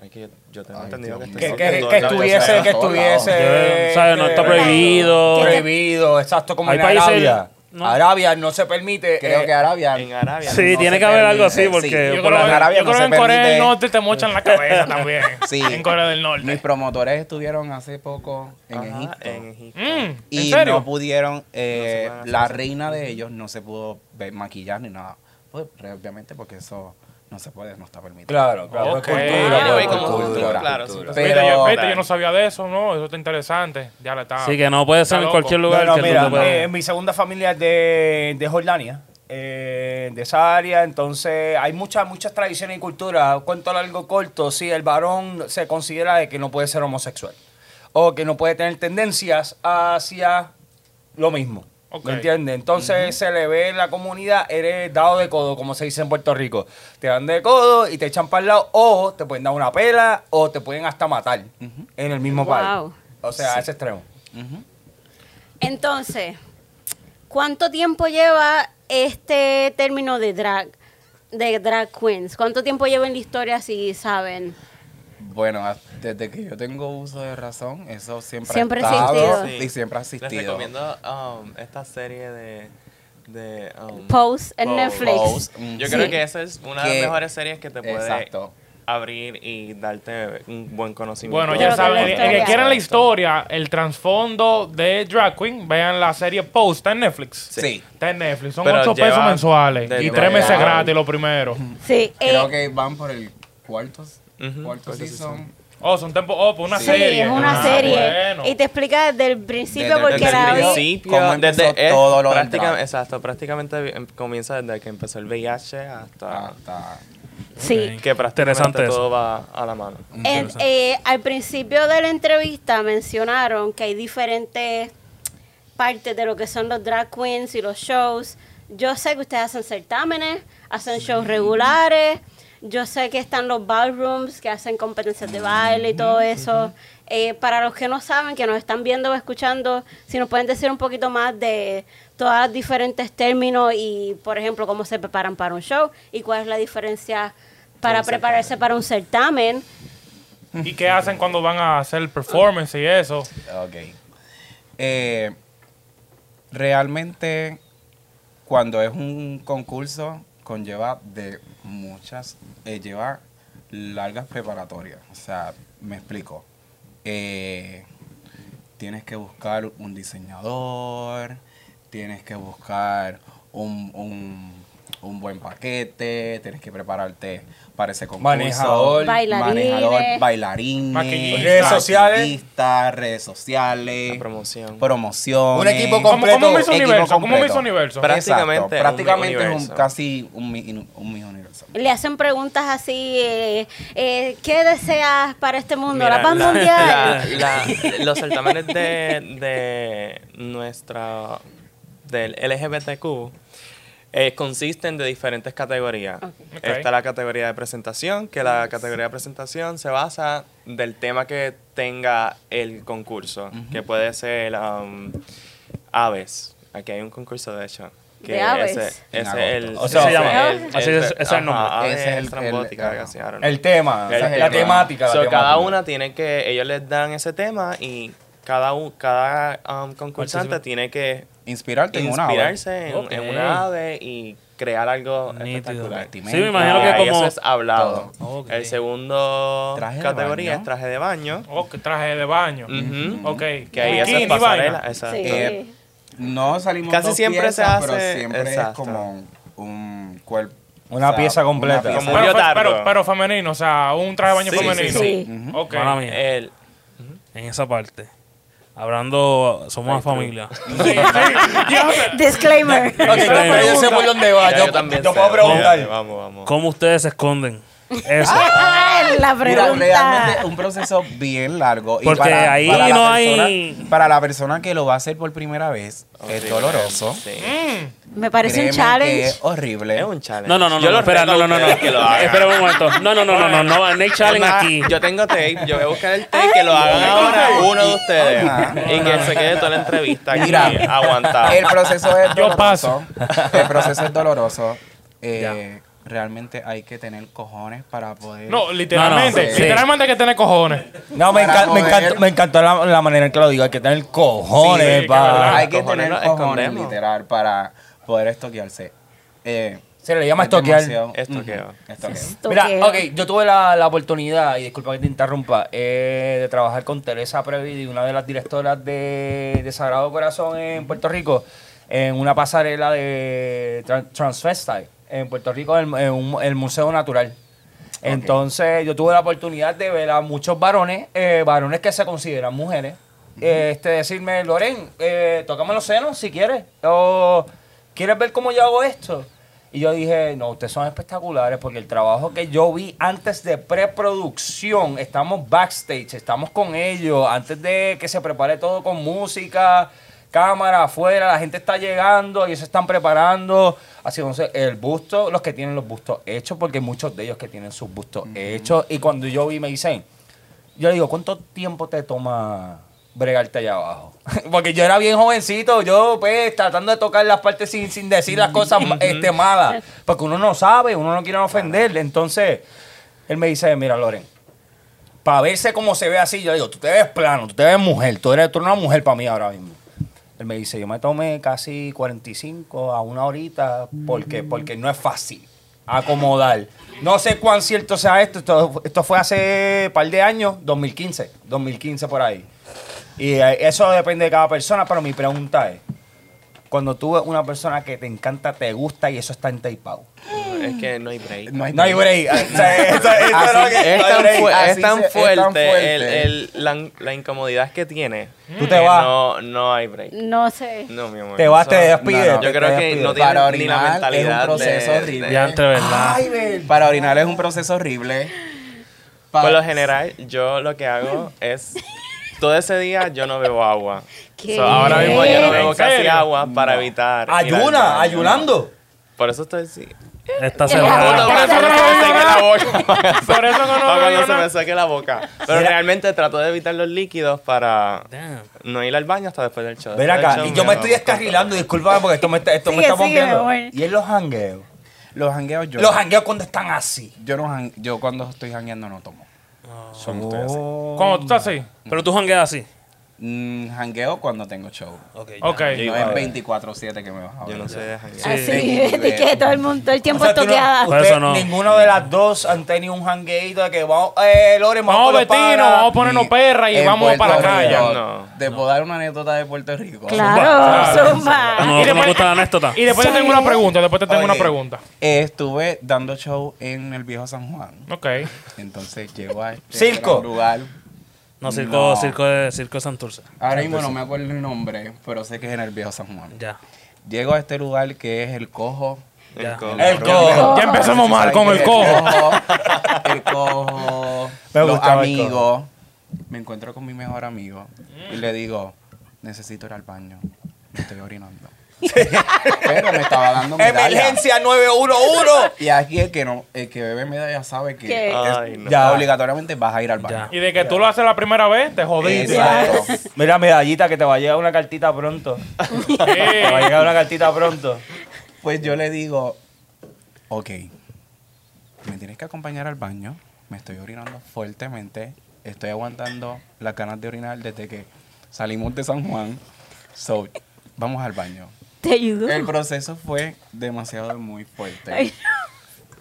Ay, que yo, yo tengo
Ay,
entendido
Dios
que, este
mío.
Que,
estoy
que-
todo
que
el lado.
estuviese, que
Yo-
estuviese...
Yo- ¿sabes? No está prohibido. eh.
Prohibido, exacto, como
Hay
en
países-
Arabia.
no.
Arabia no se permite.
Creo
eh,
que Arabia
En Arabia.
Sí,
no
tiene
sé
que haber algo así, porque
Yo
por
creo,
la
que-
Arabia
yo
no
creo
se
que en Corea del
permite.
Norte te mochan la cabeza también.
Sí.
En Corea del
Mis
Norte.
promotores estuvieron hace poco en
Ajá,
Egipto.
En Egipto.
Mm, ¿En
y
serio?
no pudieron, eh,
No se pueden
la
hacer eso.
reina de ellos no se pudo ve- maquillar ni nada. Pues, re- obviamente porque eso no se puede, no está permitido.
Claro, claro.
Ok.
es cultura,
Ah,
pues,
anyway,
como
cultura,
cultura, claro,
cultura.
sí.
Viste,
Pero-
yo, viste, yo no sabía de eso, ¿no? Eso está interesante. Ya la está.
Así que no puede
Está
ser en
loco.
cualquier
No,
lugar
no,
que tú
mira,
te puedas-
eh, mi segunda familia es de, de Jordania, eh, de esa área, entonces hay muchas muchas tradiciones y culturas. Cuento largo corto, sí, el varón se considera de que no puede ser homosexual o que no puede tener tendencias hacia lo mismo.
Ok.
¿Me entiendes? Entonces se le ve en la comunidad, eres dado de codo, como se dice en Puerto Rico. Te dan de codo y te echan para el lado, o te pueden dar una pela, o te pueden hasta matar en el mismo
Wow.
país. O sea, a ese extremo.
Entonces, ¿cuánto tiempo lleva este término de drag, de drag queens? ¿Cuánto tiempo lleva en la historia si saben?
Bueno, a- desde que yo tengo uso de razón, eso siempre,
Siempre
ha
ha
estado
existido.
y Ah, siempre ha existido.
Les recomiendo um, esta serie de... de um,
Pose en
Pose.
Netflix.
Pose.
Yo
Sí.
Mm, creo que esa es una de
Que-
las mejores series que te puede
Exacto.
abrir y darte un buen conocimiento.
Bueno,
Pero
ya
con la
saben, el- el que
historia.
quiera la historia, el trasfondo de Drag Queen, vean la serie Post, está en Netflix.
Sí.
Está en Netflix, son
Pero
8
lleva
pesos mensuales
desde
y 3 meses
verano.
gratis lo primero.
Sí, eh,
Creo que van por el cuarto,
Ujú,
cuarto
cuarto
season.
Oh, son tiempo, oh, pues una
sí,
serie.
es una
Ah,
serie.
bueno.
Y te explica desde el principio
Desde el
porque
Desde
la
el
oye-
vi.
principio,
¿Cómo empezó
desde es-
todo lo del
práctica-
drag?
Exacto, prácticamente em- comienza desde que empezó el VIH hasta
Hasta
Sí.
que prácticamente
Interesante eso.
todo va a la mano.
En- eh, al principio de la entrevista mencionaron que hay diferentes partes de lo que son los drag queens y los shows. Yo sé que ustedes hacen certámenes, hacen shows regulares. Yo sé que están los ballrooms que hacen competencias de baile y todo eso. Eh, para los que no saben, que nos están viendo o escuchando, si nos pueden decir un poquito más de todos los diferentes términos y, por ejemplo, cómo se preparan para un show y cuál es la diferencia para prepararse para un certamen.
¿Y qué hacen cuando van a hacer performance y eso?
Ok. Eh, realmente, cuando es un concurso, conlleva de muchas, eh, lleva largas preparatorias. O sea, me explico. Eh, tienes que buscar un diseñador, tienes que buscar un, un- un buen paquete, tienes que prepararte para ese concurso.
Manejador.
Bailarines.
Manejador, bailarines.
Maquillista.
Redes sociales.
maquillista, redes sociales.
La promoción.
Promoción.
Un equipo
completo.
¿Cómo,
Completo,
¿Cómo Miss
equipo
Universo? ¿Cómo
completo.
Miss Universo?
Pero- Prácticamente
Exacto,
un
prácticamente es un-
universo.
casi un, mi- un Miss Universo.
Le hacen preguntas así, eh, eh, ¿qué deseas para este mundo?
Mira,
la paz
la-
mundial.
la- la- los certámenes de, de nuestra. del LGBTQ eh, consisten de diferentes categorías.
Ok.
Está la categoría de presentación, que la categoría de presentación se basa del tema que tenga el concurso, que puede ser um, aves. Aquí hay un concurso, de hecho. Que
¿De aves?
Ese,
En
ese
agosto.
es el,
O sea,
ese
se
llama.
es
Así es- ese es el nombre.
ajá, aves
Ese es el- el-
estrambóticas,
ajá.
así, I don't know.
El tema,
El
la
tema.
temática. la
So, cada
temática.
una tiene que, ellos les dan ese tema y cada, u- cada um, concursante tiene que
Inspirarte en una
inspirarse en,
Ok.
en una ave y crear algo
Nítido.
espectacular.
Vestimenta.
Sí, me imagino
Y ahí
que como.
eso es hablado.
todo. Ok.
El segundo
Traje de
categoría
baño.
es traje de baño.
Oh, que traje de baño.
Ujú.
Ok.
Que ahí
Bikini,
haces
vaina.
pasarela. Exacto.
Sí.
Eh, No salimos
Casi
dos
siempre
piezas,
se hace-
pero siempre es
exacto.
como un cuerpo.
Una pieza completa.
Como
Pero,
un
fe-
leotardo.
pero, pero femenino, o sea, un traje de baño
Sí, sí,
femenino.
sí.
Ok.
Mala mía,
El,
en esa parte. Hablando, somos una familia.
Disclaimer.
Ok, pero pero yo sé por dónde va.
ya
Yo,
yo también
yo
sé.
puedo
Vamos,
preguntar.
vamos.
¿Cómo ustedes se esconden? Eso.
Ah, la
Mira,
pregunta.
realmente es un proceso bien largo.
Porque ahí
la
no
persona-
hay-
Para la persona que lo va a hacer por primera vez, es
Sí.
doloroso.
Sí.
Me parece
Créeme
un
que
challenge.
es horrible.
Es un challenge.
No, no, no,
Yo
no,
los
espera,
reto a
no, no, no, no.
ustedes que lo hagan.
Espera un momento. No, no, no, no, no, no, no hay challenge
Es más,
aquí.
Yo tengo tape, yo voy a buscar el tape que lo hagan ahora uno de ustedes.
Ajá.
Y que se quede toda la entrevista aquí
Mira,
aguantado.
El proceso es
Yo
doloroso.
paso.
El proceso es doloroso. Eh, realmente hay que tener cojones para poder.
No, literalmente.
No, no, sí.
Literalmente hay que tener cojones.
No, me,
Para
encan- me
poder-
encantó, me encantó la, la manera en que lo digo. Hay que tener cojones
Sí,
para...
claro.
hay que
cojones
tener
nos
cojones
escondemos.
literal para poder estoquearse. Eh,
Se le llama
es
estoquear.
demasiado-
Estoqueo.
Ujú, estoqueo.
Mira,
Toque.
ok, yo tuve la, la oportunidad, y disculpa que te interrumpa, eh, de trabajar con Teresa Previdi, una de las directoras de, de Sagrado Corazón en Puerto Rico, en una pasarela de tran- Transvestite en Puerto Rico, en, en un- el Museo Natural. Entonces, yo tuve la oportunidad de ver a muchos varones, eh, varones que se consideran mujeres, eh, este, decirme, Loren, eh, tócame los senos si quieres, o ¿quieres ver cómo yo hago esto? Y yo dije, no, ustedes son espectaculares porque el trabajo que yo vi antes de preproducción, estamos backstage, estamos con ellos, antes de que se prepare todo con música, cámara afuera, la gente está llegando, ellos se están preparando. Así entonces, el busto, los que tienen los bustos hechos, porque hay muchos de ellos que tienen sus bustos hechos. Y cuando yo vi, me dicen, yo le digo, ¿cuánto tiempo te toma bregarte allá abajo? Porque yo era bien jovencito, yo pues tratando de tocar las partes sin, sin decir las cosas ma- este, malas. Porque uno no sabe, uno no quiere ofender. Entonces, él me dice, mira, Loren, para verse como se ve así, yo le digo, tú te ves plano, tú te ves mujer, tú eres, tú eres una mujer para mí ahora mismo. Él me dice, yo me tomé casi 45 a una horita porque, porque no es fácil. acomodar. No sé cuán cierto sea esto, esto, esto fue hace par de años, 2015, 2015 por ahí. Y eh, eso depende de cada persona, pero mi pregunta es, cuando tú ves una persona que te encanta, te gusta y eso está en tapado.
Es que no hay break.
No hay
No hay break. O sea, eso- eso
Así-
es lo que-
es
no hay
tan,
break.
fu- es
Así
tan
se- es
fuerte,
fuerte.
el- el- la, la incomodidad que tiene.
Tú te
que
vas.
No, no hay break.
No sé.
No, mi amor.
Te vas, te
Eso-
despides.
No, no,
te
Yo creo que
despides.
no
Para
tiene ni la
orinar es un
mentalidad.
proceso
de-
horrible.
de-
Ya entre verdad.
Ay, verdad.
Para orinar es un proceso horrible. Pa-
Por lo general, yo lo que hago es. Todo ese día yo no bebo agua.
¿Qué?
So, ahora mismo yo no bebo
¿En
casi
serio?
agua para evitar. ir al
Ayuna,
baño.
ayunando.
Por eso estoy así.
Está
Puto,
segura.
por eso no me seque la boca.
Por eso que no
Para
veo
cuando se
nada.
me seque la boca. Pero realmente trato de evitar los líquidos para
Damn.
no ir al baño hasta después del show.
Ven
Después del
acá,
show
y yo
me
me
lo-
estoy descarrilando, discúlpame porque esto me está, esto me
Sigue,
está
sigue,
bombeando.
mi amor.
Y en los jangueos.
Los jangueos yo.
Los jangueos cuando están así.
yo, no jan- yo cuando estoy jangueando no tomo. Son ustedes así.
Cuando tú estás así.
Pero tú jangueas así.
Mm, jangueo cuando tengo show.
Ok. ya.
Ok.
No es 24-7 que me vas a
Yo
ver.
no sé de janguear.
Así,
Sí.
de que todo el mundo, todo el tiempo
O sea, tú no-
estoqueada.
Por
usted-
eso no.
Ninguno de las dos han tenido un jangueito de que vamos, eh, Lore,
Vamos,
con los
Betino,
panas.
vamos. ponernos perra y
en
vamos
Puerto
para la
Rico,
calle. No,
Te puedo dar una anécdota de Puerto Rico.
Claro, zumba.
No,
Y
no me
después-
gusta la anécdota.
Y después te tengo una pregunta, después te tengo
Ok.
una pregunta.
Eh, estuve dando show en el viejo San Juan.
Ok.
Entonces llego a este
Circo.
gran lugar.
No, circo,
No.
circo de circo de Santurce.
Ahora mismo no me acuerdo el nombre, pero sé que es en el viejo San Juan.
Ya.
Llego a este lugar que es el cojo.
Ya.
El codo.
El cojo.
Ya empezamos mal
Ay,
con el cojo.
El cojo.
Me
los
gustaba el
amigos.
cojo.
Me encuentro con mi mejor amigo y le digo, necesito ir al baño. Me estoy orinando. Pero me estaba dando medalla.
Emergencia 911.
Y aquí el que no, el que bebe medalla sabe que
¿Qué?
es-
Ay, no.
ya obligatoriamente vas a ir al baño.
Y de que tú lo haces la primera vez, te jodiste.
Exacto.
Mira, medallita, que te va a llegar una cartita pronto. Te va a llegar una cartita pronto.
Pues yo le digo, ok, me tienes que acompañar al baño, me estoy orinando fuertemente, estoy aguantando las ganas de orinar desde que salimos de San Juan, so, vamos al baño.
Te ayudo.
El proceso fue demasiado muy fuerte.
Ay.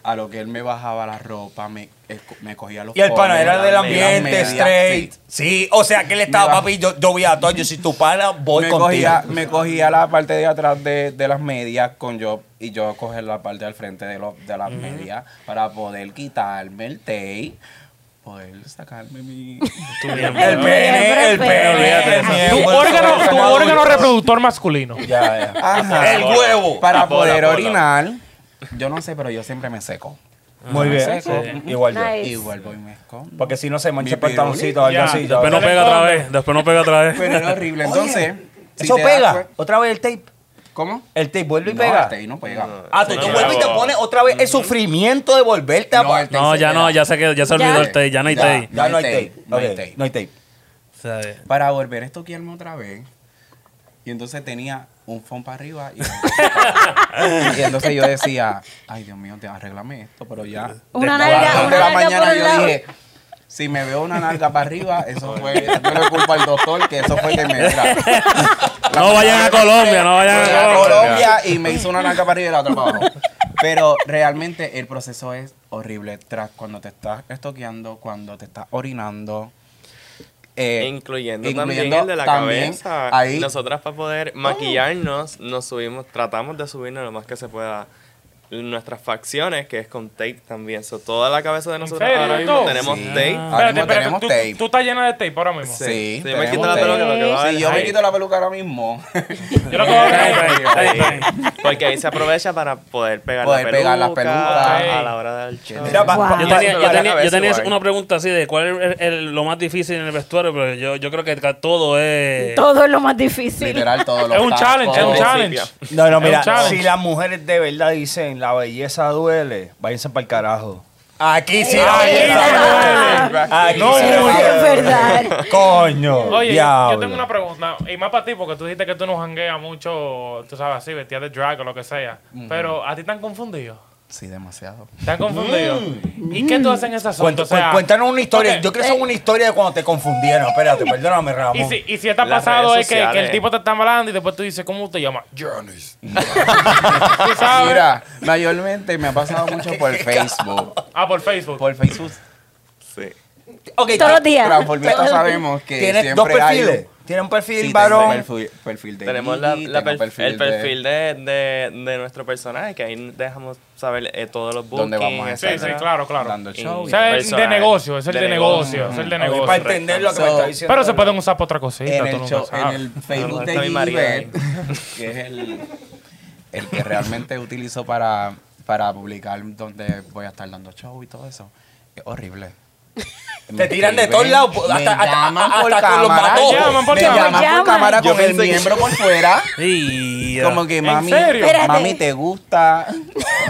A lo que él me bajaba la ropa, me, esco- me cogía los
Y el pana
poros,
era del
las
ambiente,
medias,
straight.
sí.
Sí, o sea, que él estaba,
Mira.
papi, yo, yo voy a todo, yo soy tu pana, voy
me
contigo.
cogía, me cogía la parte de atrás de, de las medias con yo y yo coger la parte del frente de, los de las medias para poder quitarme el tape, poder sacarme mi...
Tú bien,
El
bro.
pene, el
Siempre,
pene.
olvídate de
el
eso.
miembro,
Tu
el
órgano, tu
órgano
órgano
adulto.
reproductor masculino.
Ya, ya.
Ajá.
El huevo.
Para
Bola,
poder
bola.
orinar, yo no sé, pero yo siempre me seco.
Muy bien.
seco.
Sí. Igual yo.
Nice.
Y vuelvo y me escondo.
Porque si no se mancha el
Mi pirulí.
pantaloncito o algo
Ya.
así. ya.
Después no pega otra vez. Después no pega otra vez.
Pero era horrible. Entonces... si
Eso
te das
pega.
cuen-
Otra vez el tape.
¿Cómo?
El tape vuelve y
No,
pega.
el tape no pega.
Ah, tú, tú
No.
vuelves y te pones otra vez el sufrimiento de volverte a.
No, el tape
No,
se
ya no,
queda.
ya se quedó, ya se
Ya.
olvidó el tape, ya no hay
Ya.
tape.
ya no hay tape.
No hay
Ok,
tape.
No hay tape.
¿Sabes?
para volver a estoquearme otra vez. Y entonces tenía un phone para arriba y, y entonces yo decía, ay Dios mío, te arréglame esto, pero ya.
Una
A las
nalga,
dos de
una
la
nalga por
mañana
un
yo
lado.
dije, si me veo una nalga para arriba, eso fue, yo le culpo al doctor que eso fue que me era.
No vayan a Colombia, no vayan
Fui a
a Colombia.
Colombia y me hizo una nalga para arriba y la otra para abajo. Pero realmente el proceso es horrible. Tras cuando te estás estoqueando, cuando te estás orinando. eh,
Incluyendo, también
incluyendo
el de la
también
cabeza.
ahí- Oh.
Nosotras para poder maquillarnos, nos subimos, tratamos de subirnos lo más que se pueda nuestras facciones, que es con tape también. So, toda la cabeza de nosotras
serio,
ahora mismo
tú?
tenemos
Sí.
tape.
Ahora
Espérate,
mismo
espérate.
tenemos
tú-
tape.
Tú estás llena de tape ahora mismo.
Sí.
Si yo
tenemos
me quito la
tape.
peluca, lo que va a
Si
dar
yo me
es-
quito la peluca ahora mismo,
Yo lo que voy a-
Porque ahí se aprovecha para poder pegar
Poder
la peluca,
pegar las pelucas.
a la hora del show.
Mira, pa- pa-
Yo
pa-
tenía, yo
la
tenía- yo
cabeza
tenía
igual.
una pregunta así de cuál es el- el- lo más difícil en el vestuario, pero yo, yo creo que ca- todo es.
Todo es lo más difícil.
literal todo lo
Es un challenge, es un challenge.
principio.
No, no,
Es un
mira,
challenge.
si las mujeres de verdad dicen la belleza duele, váyanse para el carajo. Aquí sí la
Ay,
belleza
ay,
duele.
ay.
Aquí
No,
sí la
es
belleza
verdad.
duele. Coño.
Oye, yo-
diablo.
yo tengo una pregunta, y más para ti, porque tú dijiste que tú no jangueas mucho, tú sabes, así, vestida de drag o lo que sea. Pero, ¿a ti te han confundido?
Sí, demasiado.
¿Están confundidos?
Mm.
¿Y qué tú haces en esa zona?
Cuento- cu- cuéntanos una historia. Yo creo que es una historia de cuando te confundieron. Espérate, perdóname,
Y
Ramón.
si, y si está
Las
pasado
redes
es que, que el
sociales.
tipo te está hablando y después tú dices, ¿cómo te llamas?
Jonas.
¿Tú sabes?
Mira, mayormente me ha pasado mucho por Facebook.
Ah, por Facebook.
Por Facebook.
Sí.
Ok,
Todos los
ti-
días.
Transformistas sabemos que
Tienes
siempre
dos perfiles.
hay... un-
Tienes un perfil
Sí, tengo
varón.
perfil, perfil de
Tenemos
Gigi,
la- la
tengo
perf- el
de-
perfil de, de- de nuestro personaje, que ahí dejamos saber eh, todos los bookings.
Dónde vamos a
Sí,
estar.
sí,
etcétera.
claro, claro.
Dando el
Y-
show.
Eh, O sea, es
Personal.
de negocio, es el de,
De
negocio,
negocio.
es el de
Ok,
negocio.
para entender lo que me
So,
está diciendo.
Pero se pueden usar para otra cosita.
en
tú
el,
nunca
show- en
sabes.
el
No,
Facebook
no
de
está mi marido
Gilbert, que es el, el que realmente utilizo para, para publicar donde voy a estar dando show y todo eso, es horrible.
Te tiran de todos lados, hasta-
me
hasta-
llaman
hasta
por
con los
cámara,
matojos.
me llaman por
Me
cámara,
llaman.
por cámara
Yo
con el
pensé que-
miembro por fuera,
Y
como que
¿En
mami,
serio?
mami te gusta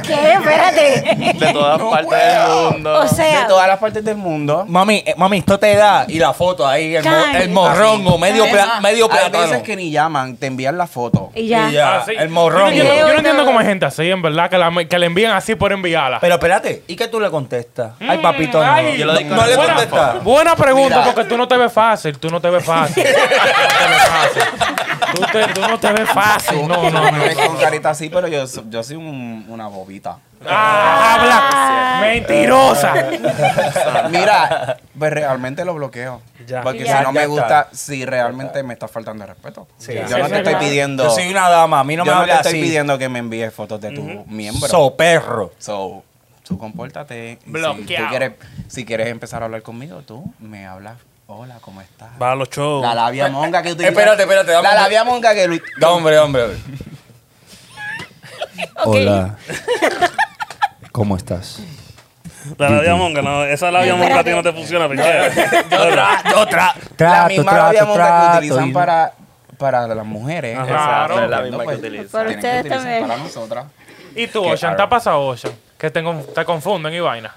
¿Qué? Espérate.
De todas partes del mundo.
O sea,
de todas las partes del mundo.
Mami, eh, mami, esto te da. Y la foto ahí, el, mo-
Ay.
el morrongo, medio,
Es
pla-
más,
medio
Hay
plátano.
veces que ni llaman, te envían la foto.
y ya.
Y ya.
Ah, sí.
El morrón.
Yo no, entiendo, yo no
Video,
entiendo
todo.
cómo hay gente así, en verdad, que la, que la envían así por enviarla.
Pero espérate, ¿y qué tú le contestas? Ay, papito, no.
Mm, ay.
Yo le doy
no,
con
le
el
buena,
contestas.
buena pregunta,
Mira.
porque tú no te ves fácil, tú no te ves fácil. tú, no te ves fácil. Tú te- tú no te ves fácil, no, no, no.
me ves con carita así, pero yo, so- yo soy un- una bobita.
Ah, habla. Mentirosa.
Mira, pues realmente lo bloqueo.
Ya.
Porque
Ya,
si no
ya
me
está.
gusta, si realmente me está faltando el respeto. yo
sí,
no
sí,
te estoy
claro.
pidiendo.
Yo soy una dama, a mí no
yo
me
no te
hablas
estoy
así.
pidiendo que me envíes fotos de tu miembro. So,
So perro.
tú compórtate. Y Si,
Bloqueado.
tú quieres, si quieres empezar a hablar conmigo, tú me hablas. Hola, ¿cómo estás?
va a los shows.
La labia monga que tú
Espérate, espérate, dame
La
un-
labia monga que Luis.
No, hombre, hombre. hombre. Hola. ¿Cómo estás?
La labia monga, no, esa labia monga a ti no te funciona, pichea.
Otra.
la misma labia monga que utilizan para, para las mujeres.
Ajá.
Exacto,
Claro.
es la misma
Pues,
que utiliza.
Para
tienen que
ustedes
utilizar
también.
Para nosotras.
¿Y tú, Ocean? ¿Te ha pasado, Ocean? Que te, con- te confunden y vaina.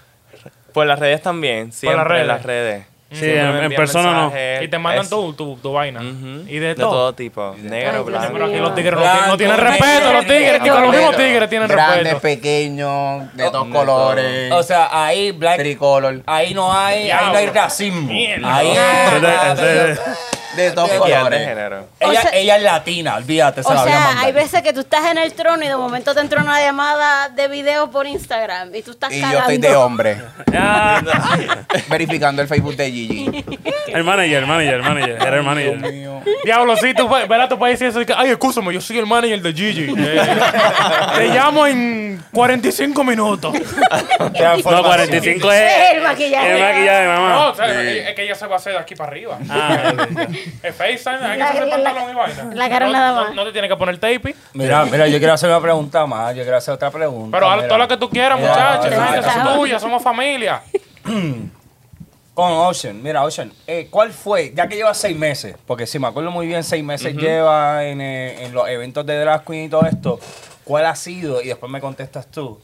Por las redes también, siempre
las redes.
en las redes.
Sí,
Siempre
en-
me
en
envían
persona no.
mensajes,
Y te mandan
Eh, es-
tu, tu, tu vaina.
Ujú.
Y de, todo.
tipo,
Ay,
negro,
Dios
blanco.
Pero aquí los tigres no,
Blanco,
tienen- no tienen
negro,
respeto, los tigres. Ni con los mismos
Pero
tigres tienen
Grandes,
respeto.
pequeños, de todos
de
colores.
O sea, ahí black,
tricolor.
ahí no hay, ahí no hay racismo.
Mierda. Ah,
Ahí
Ese- ese-
De todos
Y es de
colores.
género.
ella,
O sea-
ella es latina, olvídate, se
O
la voy a
sea,
mandar.
hay veces que tú estás en el trono y de momento te entra una llamada de video por Instagram y tú estás
Y yo
cagando.
estoy de hombre.
Ah,
Verificando el Facebook de Gigi.
el manager, el manager, el manager. Era el
Dios
manager.
mío.
Diablo, sí, tú, puedes- ¿verdad? Tú puedes decir eso. y que, Ay, escúchame, yo soy el manager de Gigi. Eh, te llamo en 45 minutos.
No,
Transformación.
45 es.
Sí, el maquillaje.
El maquillaje,
No, o
mamá.
sea, es que ella se va a hacer de aquí para arriba.
Ah, ok.
Es FaceTime, hay que
La-
hacer
la-
pantalón y vaina.
la cara
No-
nada
no-
más.
No te tienes que poner tape.
Mira, mira, yo quiero hacer una pregunta más, yo quiero hacer otra pregunta.
Pero haz
mira.
todo lo que tú quieras,
Mira,
muchachos.
mira,
Esa gente
mira.
es tuya, somos familia.
Con Ocean, mira, Ocean, eh, ¿cuál fue? Ya que lleva seis meses, porque si me acuerdo muy bien, seis meses lleva en, eh, en los eventos de Drag Queen y todo esto, ¿cuál ha sido? Y después me contestas tú.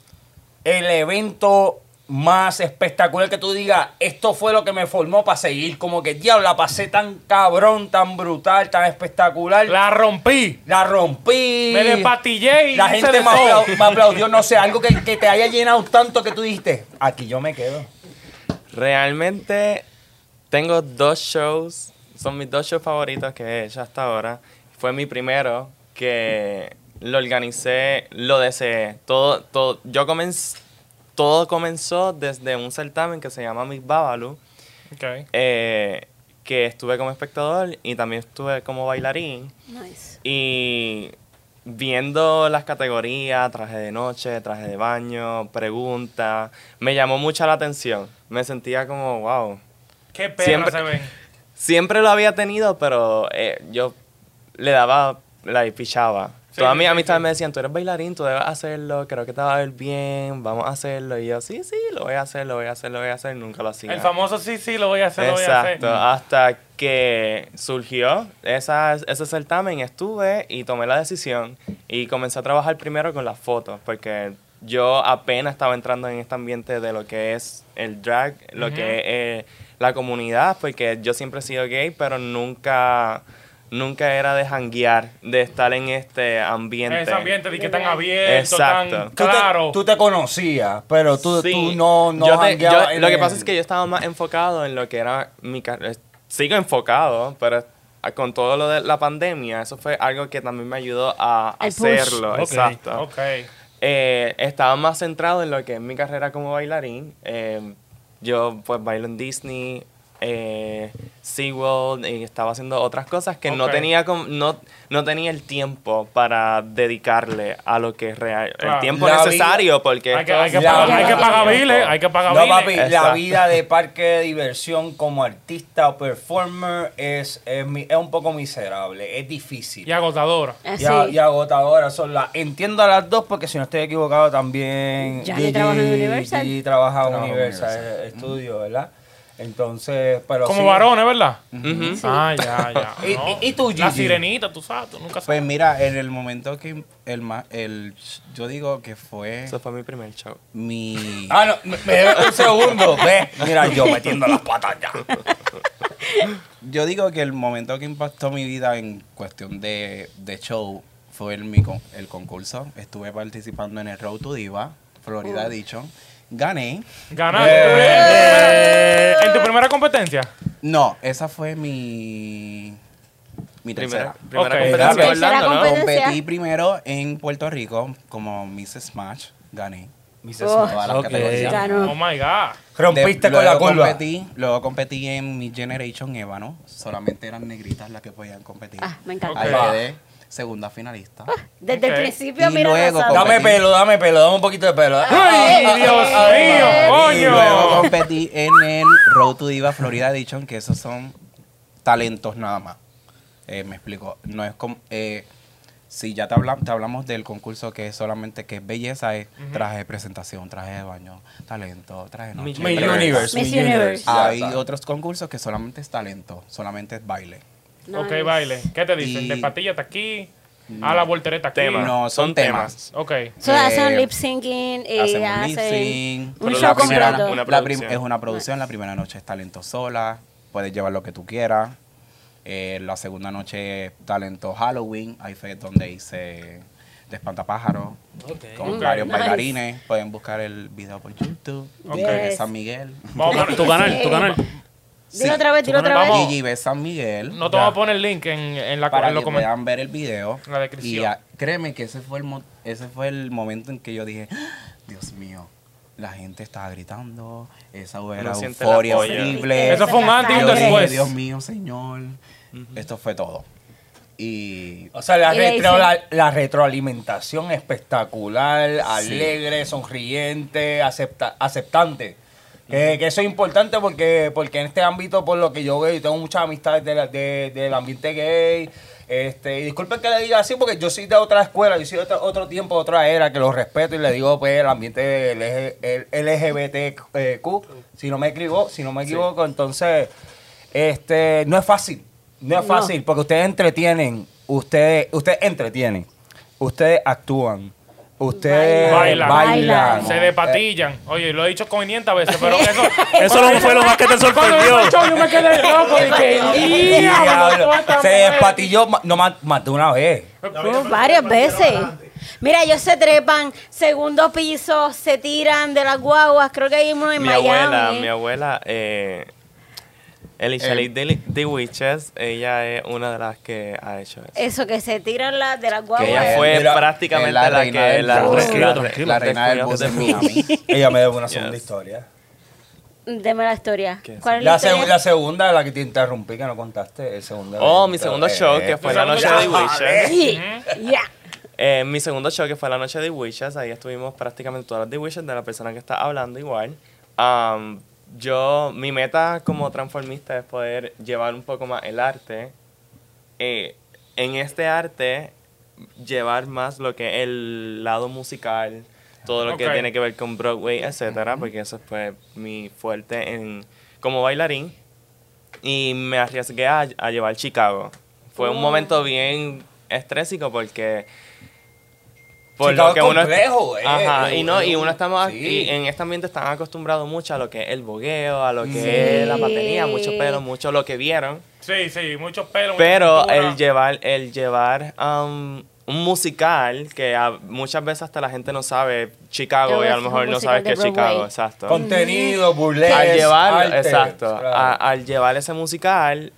El evento más espectacular que tú digas, esto fue lo que me formó para seguir, como que diablo, la pasé tan cabrón, tan brutal, tan espectacular. La,
La rompí.
rompí.
Me despatillé y
La
hice
gente
de
me,
todo.
aplau- me aplaudió, no sé, algo que, que te haya llenado tanto que tú dijiste, aquí yo me quedo.
Realmente tengo dos shows, son mis dos shows favoritos que he hecho hasta ahora. Fue mi primero que lo organicé, lo deseé. Todo, todo, yo comencé, todo comenzó desde un certamen que se llama Miss Babalu,
Ok.
eh, que estuve como espectador y también estuve como bailarín.
Nice.
Y viendo las categorías, traje de noche, traje de baño, preguntas, me llamó mucha la atención. Me sentía como, wow.
Qué perra
Siempre-
se ven.
Siempre lo había tenido, pero eh, yo le daba, la pichaba.
Sí,
Todas
sí,
mis
sí,
amistades
sí.
me decían, tú eres bailarín, tú debes hacerlo, creo que te va a ver bien, vamos a hacerlo. Y yo, sí, sí, lo voy a hacer, lo voy a hacer, lo voy a hacer. Nunca lo hacía.
El famoso sí, sí, lo voy a hacer, lo voy a hacer.
Exacto, hasta que surgió esa- ese certamen, estuve y tomé la decisión y comencé a trabajar primero con las fotos, porque yo apenas estaba entrando en este ambiente de lo que es el drag, lo que es eh, la comunidad, porque yo siempre he sido gay, pero nunca nunca era de janguear, de estar en este ambiente.
Ese ambiente de que tan abierto, tan
Exacto.
Tú te-
claro.
Tú te, conocías, pero tú,
Sí.
tú no, no
Yo te-
jangueabas
yo-
en
Lo que
el-
pasa es que yo estaba más enfocado en lo que era mi carrera. Sigo enfocado, pero a- con todo lo de la pandemia, eso fue algo que también me ayudó a
El push.
hacerlo.
Ok,
Exacto.
Ok.
Eh, estaba más centrado en lo que es mi carrera como bailarín. Eh, yo pues bailo en Disney, eh, SeaWorld, y estaba haciendo otras cosas que no
Ok.
tenía com- no, no tenía el tiempo para dedicarle a lo que es real.
Claro.
El tiempo
La vida-
necesario porque...
Hay que,
esto
hay que
Ya,
pagar,
ya,
hay que
ya.
pagar biles, hay que pagar
No,
biles.
papi, la
Exacto.
vida de parque de diversión como artista o performer es, es, mi- es un poco miserable, es difícil.
Y agotadora.
Así.
Y, a- y agotadora son las. Entiendo a las dos porque si no estoy equivocado también.
Ya ni trabaja en Universal.
Y trabaja en
Trabaja en
Universal,
Universal.
eh, estudio, ¿verdad? Entonces, pero
Como
sí.
varones, ¿verdad?
Ujú.
Ah, ya, ya.
¿Y-
no.
y- y tú,
La
Gigi?
sirenita, tú sabes, tú nunca
Pues
sabes.
mira, en el momento que el, ma- el yo digo que fue
Eso fue mi primer show.
mi
Ah, no, me, me debe un segundo. Ve, mira, yo metiendo las patas ya.
Yo digo que el momento que impactó mi vida en cuestión de, de show fue el, mi con- el concurso. Estuve participando en el Road to Diva, Florida Edition. Gané.
Ganaste. ¿En tu primera competencia?
No, esa fue mi, mi tercera.
Primera, primera
Ok.
competencia
Tercera
en Orlando, ¿no?
competencia.
Competí primero en Puerto Rico como Miss Smash. Gané. Miss
Oh.
Smash. Todas las
Ok.
categorías.
Ganó.
Oh my God.
Rompiste
De-
con la
luego
curva.
competí- luego competí en mi Generation Ébano. Solamente eran negritas las que podían competir.
Ah, me encanta.
Ahí
Ok.
quedé segunda finalista.
Desde
Ok.
el principio,
Y
mira,
luego
arrasando.
competí.
Dame pelo, dame pelo, dame un poquito de pelo.
¡Ay, Dios
Y
mío!
luego
¡Coño!
competí en el Road to Diva Florida Edition, que esos son talentos nada más. Eh, me explico. No es como. eh, si ya te, habla- te hablamos del concurso que es solamente que es belleza, es traje de presentación, traje de baño, talento, traje de noche.
Mi
Mi-
traje-
Universe.
Miss
mi
Universe.
Ya
Hay
está.
otros concursos que solamente es talento, solamente es baile.
No,
ok,
es-
baile. ¿Qué te dicen? De
Y-
patilla hasta aquí, a la voltereta aquí.
Tema.
No, son,
Son
temas.
Ok.
So, hacen
Eh,
lip syncing y
Hacen
Eh, hacen,
un lip sync.
un
Pero
show
la primera-
completo.
una
la prim-
producción.
es una producción, la primera noche es talento sola, puedes llevar lo que tú quieras. Eh, la segunda noche es talento Halloween, ahí fue donde hice de espantapájaros con
Mm,
varios
nice.
bailarines. Pueden buscar el video por YouTube de
Yes.
San Miguel.
Vamos a
Tu
poner,
canal, tu canal.
Dilo otra vez, dilo
Bueno,
otra
vamos.
vez.
Gigi ve San Miguel
no te vamos a poner el link en, en la
para
en los
que
comentarios.
puedan ver el video.
La descripción.
Y ah, créeme que ese fue el mo- ese fue el momento en que yo dije, "Ah, Dios mío, la gente estaba gritando, esa era
siente el
euforia
apoyo.
horrible.
Eso fue un antes y un
Yo dije,
después.
Dios mío, señor. Esto fue todo. Y
O sea, la,
Y le
retro-
dicen-
la- la retroalimentación espectacular, alegre, sonriente, acepta- aceptante. Que, que eso es importante porque, porque en este ámbito, por lo que yo veo, y tengo muchas amistades de la- de- del ambiente gay. Este, y disculpen que le diga así, porque yo soy de otra escuela, yo soy de otro, otro tiempo, otra era, que los respeto y le digo, pues, el ambiente LG el LGBTQ, eh, si no me equivoco, si no me equivoco, entonces, este, no es fácil, no es
No.
fácil, porque ustedes entretienen, ustedes, ustedes entretienen, ustedes actúan, ustedes
Bailan.
bailan,
Bailan.
Ah,
Eh.
Se despatillan. Oye, lo he dicho 500 veces, pero eso.
Eso no fue lo más que te
Cuando vi el
sorprendió.
show, yo me quedé loco y que.
Eh, Diablo,
¡Diablo! toda esta
se
mujer".
despatilló ma- no, más, más de una vez.
No, varias veces. Mira, ellos se trepan, segundo piso, se tiran de las guaguas. Creo que hay uno en
mi
Miami.
abuela, mi abuela, eh,
Eh,
Elisha Lee de, de Witches, ella es una de las que ha hecho eso.
Eso, que se tiran la- de las
Que
guaguas.
ella fue
Mira,
prácticamente
es la
la,
reina
que
del
la,
blues.
Tranquilo,
la-
tranquilo.
la reina del
descubrió
bus en
que-
Miami.
Ella me debe una segunda
Yes.
historia.
Deme la historia.
¿Qué es?
¿Cuál es la,
La, seg-
historia?
la segunda, la que te interrumpí, que no contaste. el segundo-
Oh, mi segundo
Eh,
show, que
eh,
fue la noche de Witches.
Sí, ya.
Eh, mi segundo show, que fue la noche de Wishes, ahí estuvimos prácticamente todas las de Wishes de la persona que está hablando igual. Am, yo, mi meta como transformista es poder llevar un poco más el arte. Eh, en este arte, llevar más lo que es el lado musical, todo lo
Ok.
que tiene que ver con Broadway, etcétera, porque eso fue mi fuerte en, como bailarín. Y me arriesgué a, a llevar Chicago. Fue un momento bien estrésico porque Por
Chicago
lo que
es
uno
complejo, güey.
Ajá, y no, y uno está más
Sí.
y en este ambiente están acostumbrados mucho a lo que es el bogueo, a lo que
Sí.
es la batería, mucho pelo, mucho lo que vieron.
Sí, sí, muchos pelos.
Pero
mucha
el
pintura.
llevar, el llevar um, un musical que a- muchas veces hasta la gente no sabe Chicago
Yo
y a lo
es un
mejor no
musical
sabes
de
que es Chicago,
Broadway.
exacto.
Contenido, burlesque.
al llevar,
arte,
exacto, a-
claro.
al llevar ese musical,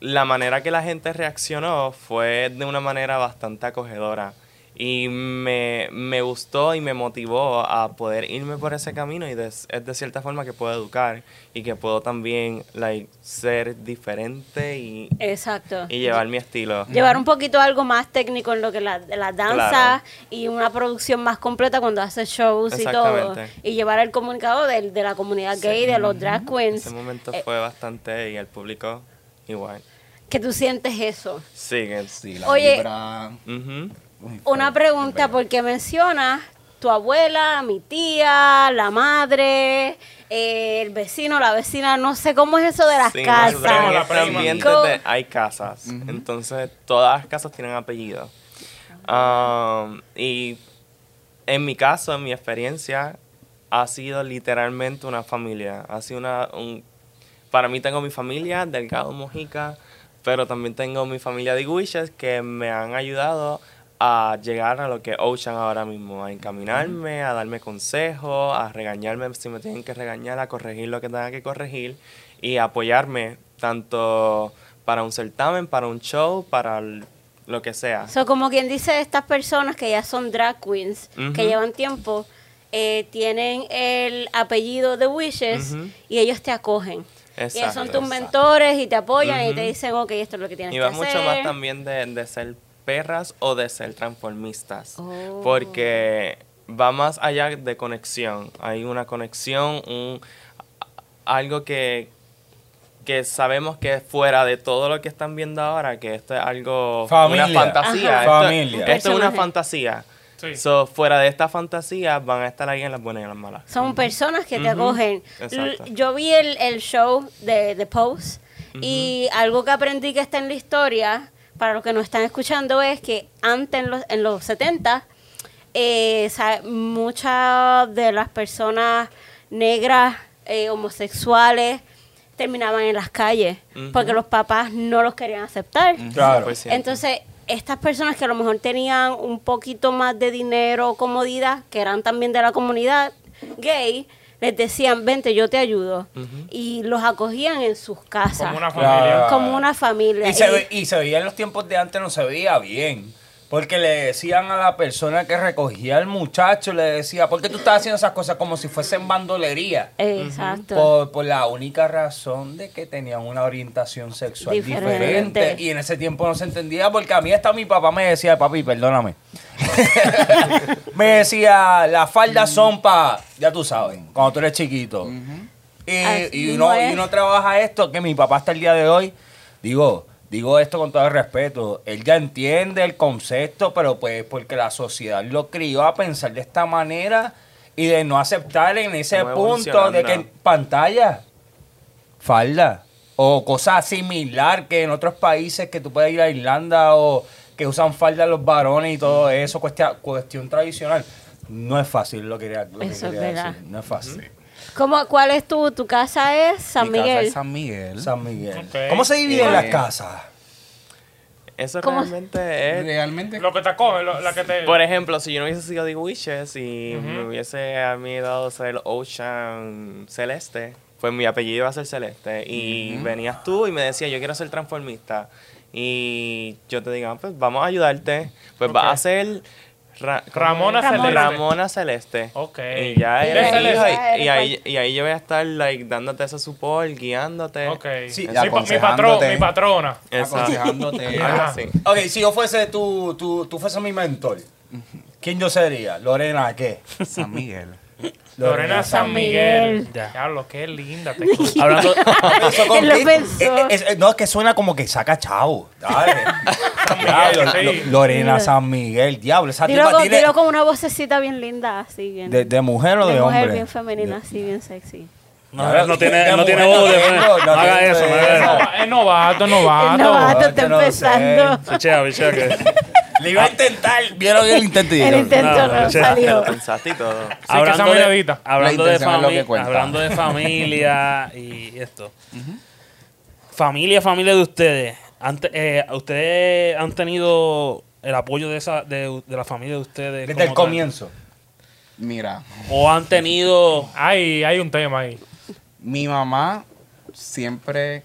la manera que la gente reaccionó fue de una manera bastante acogedora. Y me, me gustó y me motivó a poder irme por ese camino y de- es de cierta forma que puedo educar y que puedo también like, ser diferente y,
Exacto.
y llevar mi estilo.
Llevar un poquito algo más técnico en lo que la, la danza
Claro.
y una producción más completa cuando haces shows y todo.
Exactamente.
Y llevar el comunicado del- de, la comunidad gay, de los drag queens.
Ese momento
Eh,
fue bastante y el público igual.
que tú sientes eso.
Sí, que sí.
Sí, la
Oye,
vibra.
Ujú.
Uy,
Una
fue-
pregunta, porque mencionas tu abuela, mi tía, la madre, eh, el vecino, la vecina, no sé cómo es eso de las
Sí,
casas.
nosotros en
La
este
prima.
ambiente
Co-
de- hay casas. Entonces, todas las casas tienen apellido.
Ah.
Um, y en mi caso, en mi experiencia, ha sido literalmente una familia. Ha sido una. un- para mí, tengo mi familia, Delgado Mojica, pero también tengo mi familia de Iguiches que me han ayudado a llegar a lo que es Ocean ahora mismo, a encaminarme, a darme consejos, a regañarme si me tienen que regañar, a corregir lo que tenga que corregir y apoyarme tanto para un certamen, para un show, para l- lo que sea.
So, como quien dice, estas personas que ya son drag queens,
Ujú.
que llevan tiempo, eh, tienen el apellido de Wishes
Ujú.
y ellos te acogen. y ellos son
Exacto.
tus mentores y te apoyan y
Ujú.
te dicen, ok, esto es lo que tienes
Y
que
va
hacer.
mucho más también de, de ser perras o de ser transformistas.
Oh.
Porque va más allá de conexión. Hay una conexión, un, algo que, que sabemos que es fuera de todo lo que están viendo ahora, que esto es algo,
Familia.
una fantasía.
Ajá.
Esto-
Familia.
Esto, es una
Personaje.
fantasía.
Sí.
So, fuera de esta fantasía van a estar ahí en las buenas y en las malas.
Son personas que te acogen. L-
Exacto.
Yo vi el, el show de The Post y algo que aprendí que está en la historia, para los que nos están escuchando, es que antes, en los, en los 70, eh, sa- muchas de las personas negras, eh, homosexuales, terminaban en las calles porque los papás no los querían aceptar.
Claro.
100%.
Entonces, estas personas que a lo mejor tenían un poquito más de dinero o comodidad, que eran también de la comunidad gay, les decían, vente, yo te ayudo. Y los acogían en sus casas.
Como una
Claro.
familia.
como una familia.
Y se,
Y-
ve- y se veía en los tiempos de antes, no se veía bien. Porque le decían a la persona que recogía al muchacho, le decía, ¿por qué tú estás haciendo esas cosas como si fuesen bandolería?
Exacto.
Por, por la única razón de que tenían una orientación sexual diferente.
Diferente.
Y en ese tiempo no se entendía porque a mí hasta mi papá me decía, papi, perdóname. me decía, las faldas son para, ya tú sabes, cuando tú eres chiquito.
Así
y, y
mismo
uno, y
es.
uno trabaja esto, que mi papá hasta el día de hoy, digo, digo esto con todo el respeto, él ya entiende el concepto, pero pues porque la sociedad lo crió a pensar de esta manera y de no aceptar en ese
Estamos
punto de que
evolucionando.
pantalla, falda o cosas similar que en otros países que tú puedes ir a Irlanda o que usan falda los varones y todo eso, cuestión, cuestión tradicional. No es fácil lo que quería, lo que
Eso es
quería
verdad.
decir. No es fácil.
¿Cómo- ¿Cuál es tu, tu casa? Es San
Mi casa
Miguel.
es San Miguel.
San Miguel.
Ok.
¿Cómo se dividen
Eh,
las casas?
Eso
¿Cómo?
realmente es
Realmente.
Lo que te acoge, lo- la que te.
Por ejemplo, si yo no hubiese sido The Wishes y me hubiese a mí dado ser Ocean Celeste, pues mi apellido iba a ser Celeste. Y venías tú y me decías, yo quiero ser transformista. Y yo te digo, "Ah, pues vamos a ayudarte. Pues vas a ser Ra-
Ramona
¿cómo es?
Celeste.
Ramona Celeste.
Ok.
Y ya
Y
eres
ya
hijo y-
eres
y, ahí, y ahí yo voy a estar like, dándote ese support, guiándote.
Ok. Ah,
Sí,
Mi
ya
pa- mi, patrón,
aconsejándote.
mi patrona.
Exacto.
aconsejándote.
Ajá.
Algo así.
Ok, si yo fuese tu, tu, tú fuese mi mentor, ¿quién yo sería? ¿Lorena qué?
San Miguel.
Lorena San Miguel.
Ya.
Diablo, qué linda. Te
Hablando,
Eso con
Él lo
Kid-
pensó.
eh, eh, es- eh, no, es que suena como que saca chavo. Dale.
Miguel,
Diablo,
sí.
Lo- Lorena San Miguel, diablo. Esa
Dilo
tipa
con,
tiene.
dilo con una vocecita bien linda, así bien.
De, de mujer o de,
de mujer
hombre.
bien femenina, así bien sexy.
no,
Ahora,
no tiene,
la
no tiene
mujer
voz de
no
mujer.
tengo, no
No haga
tengo
eso, no haga
eso.
eso.
Es novato, es novato.
El novato está
yo no sé.
empezando.
Pichea, pichea, que
Le iba a intentar. Vieron el intento y
El
dijeron,
intento
No,
no,
no,
Te
salió.
lo pensaste y todo.
que esa
de,
miradita.
hablando,
La
de
intención es lo que
fami-
cuenta.
hablando de familia y esto. Familia, familia de ustedes. Antes, eh, ¿Ustedes han tenido el apoyo de, esa, de, de la familia de ustedes?
Desde
como
el
tal?
comienzo.
Mira,
¿O han tenido
Hay, hay un tema ahí.
mi mamá siempre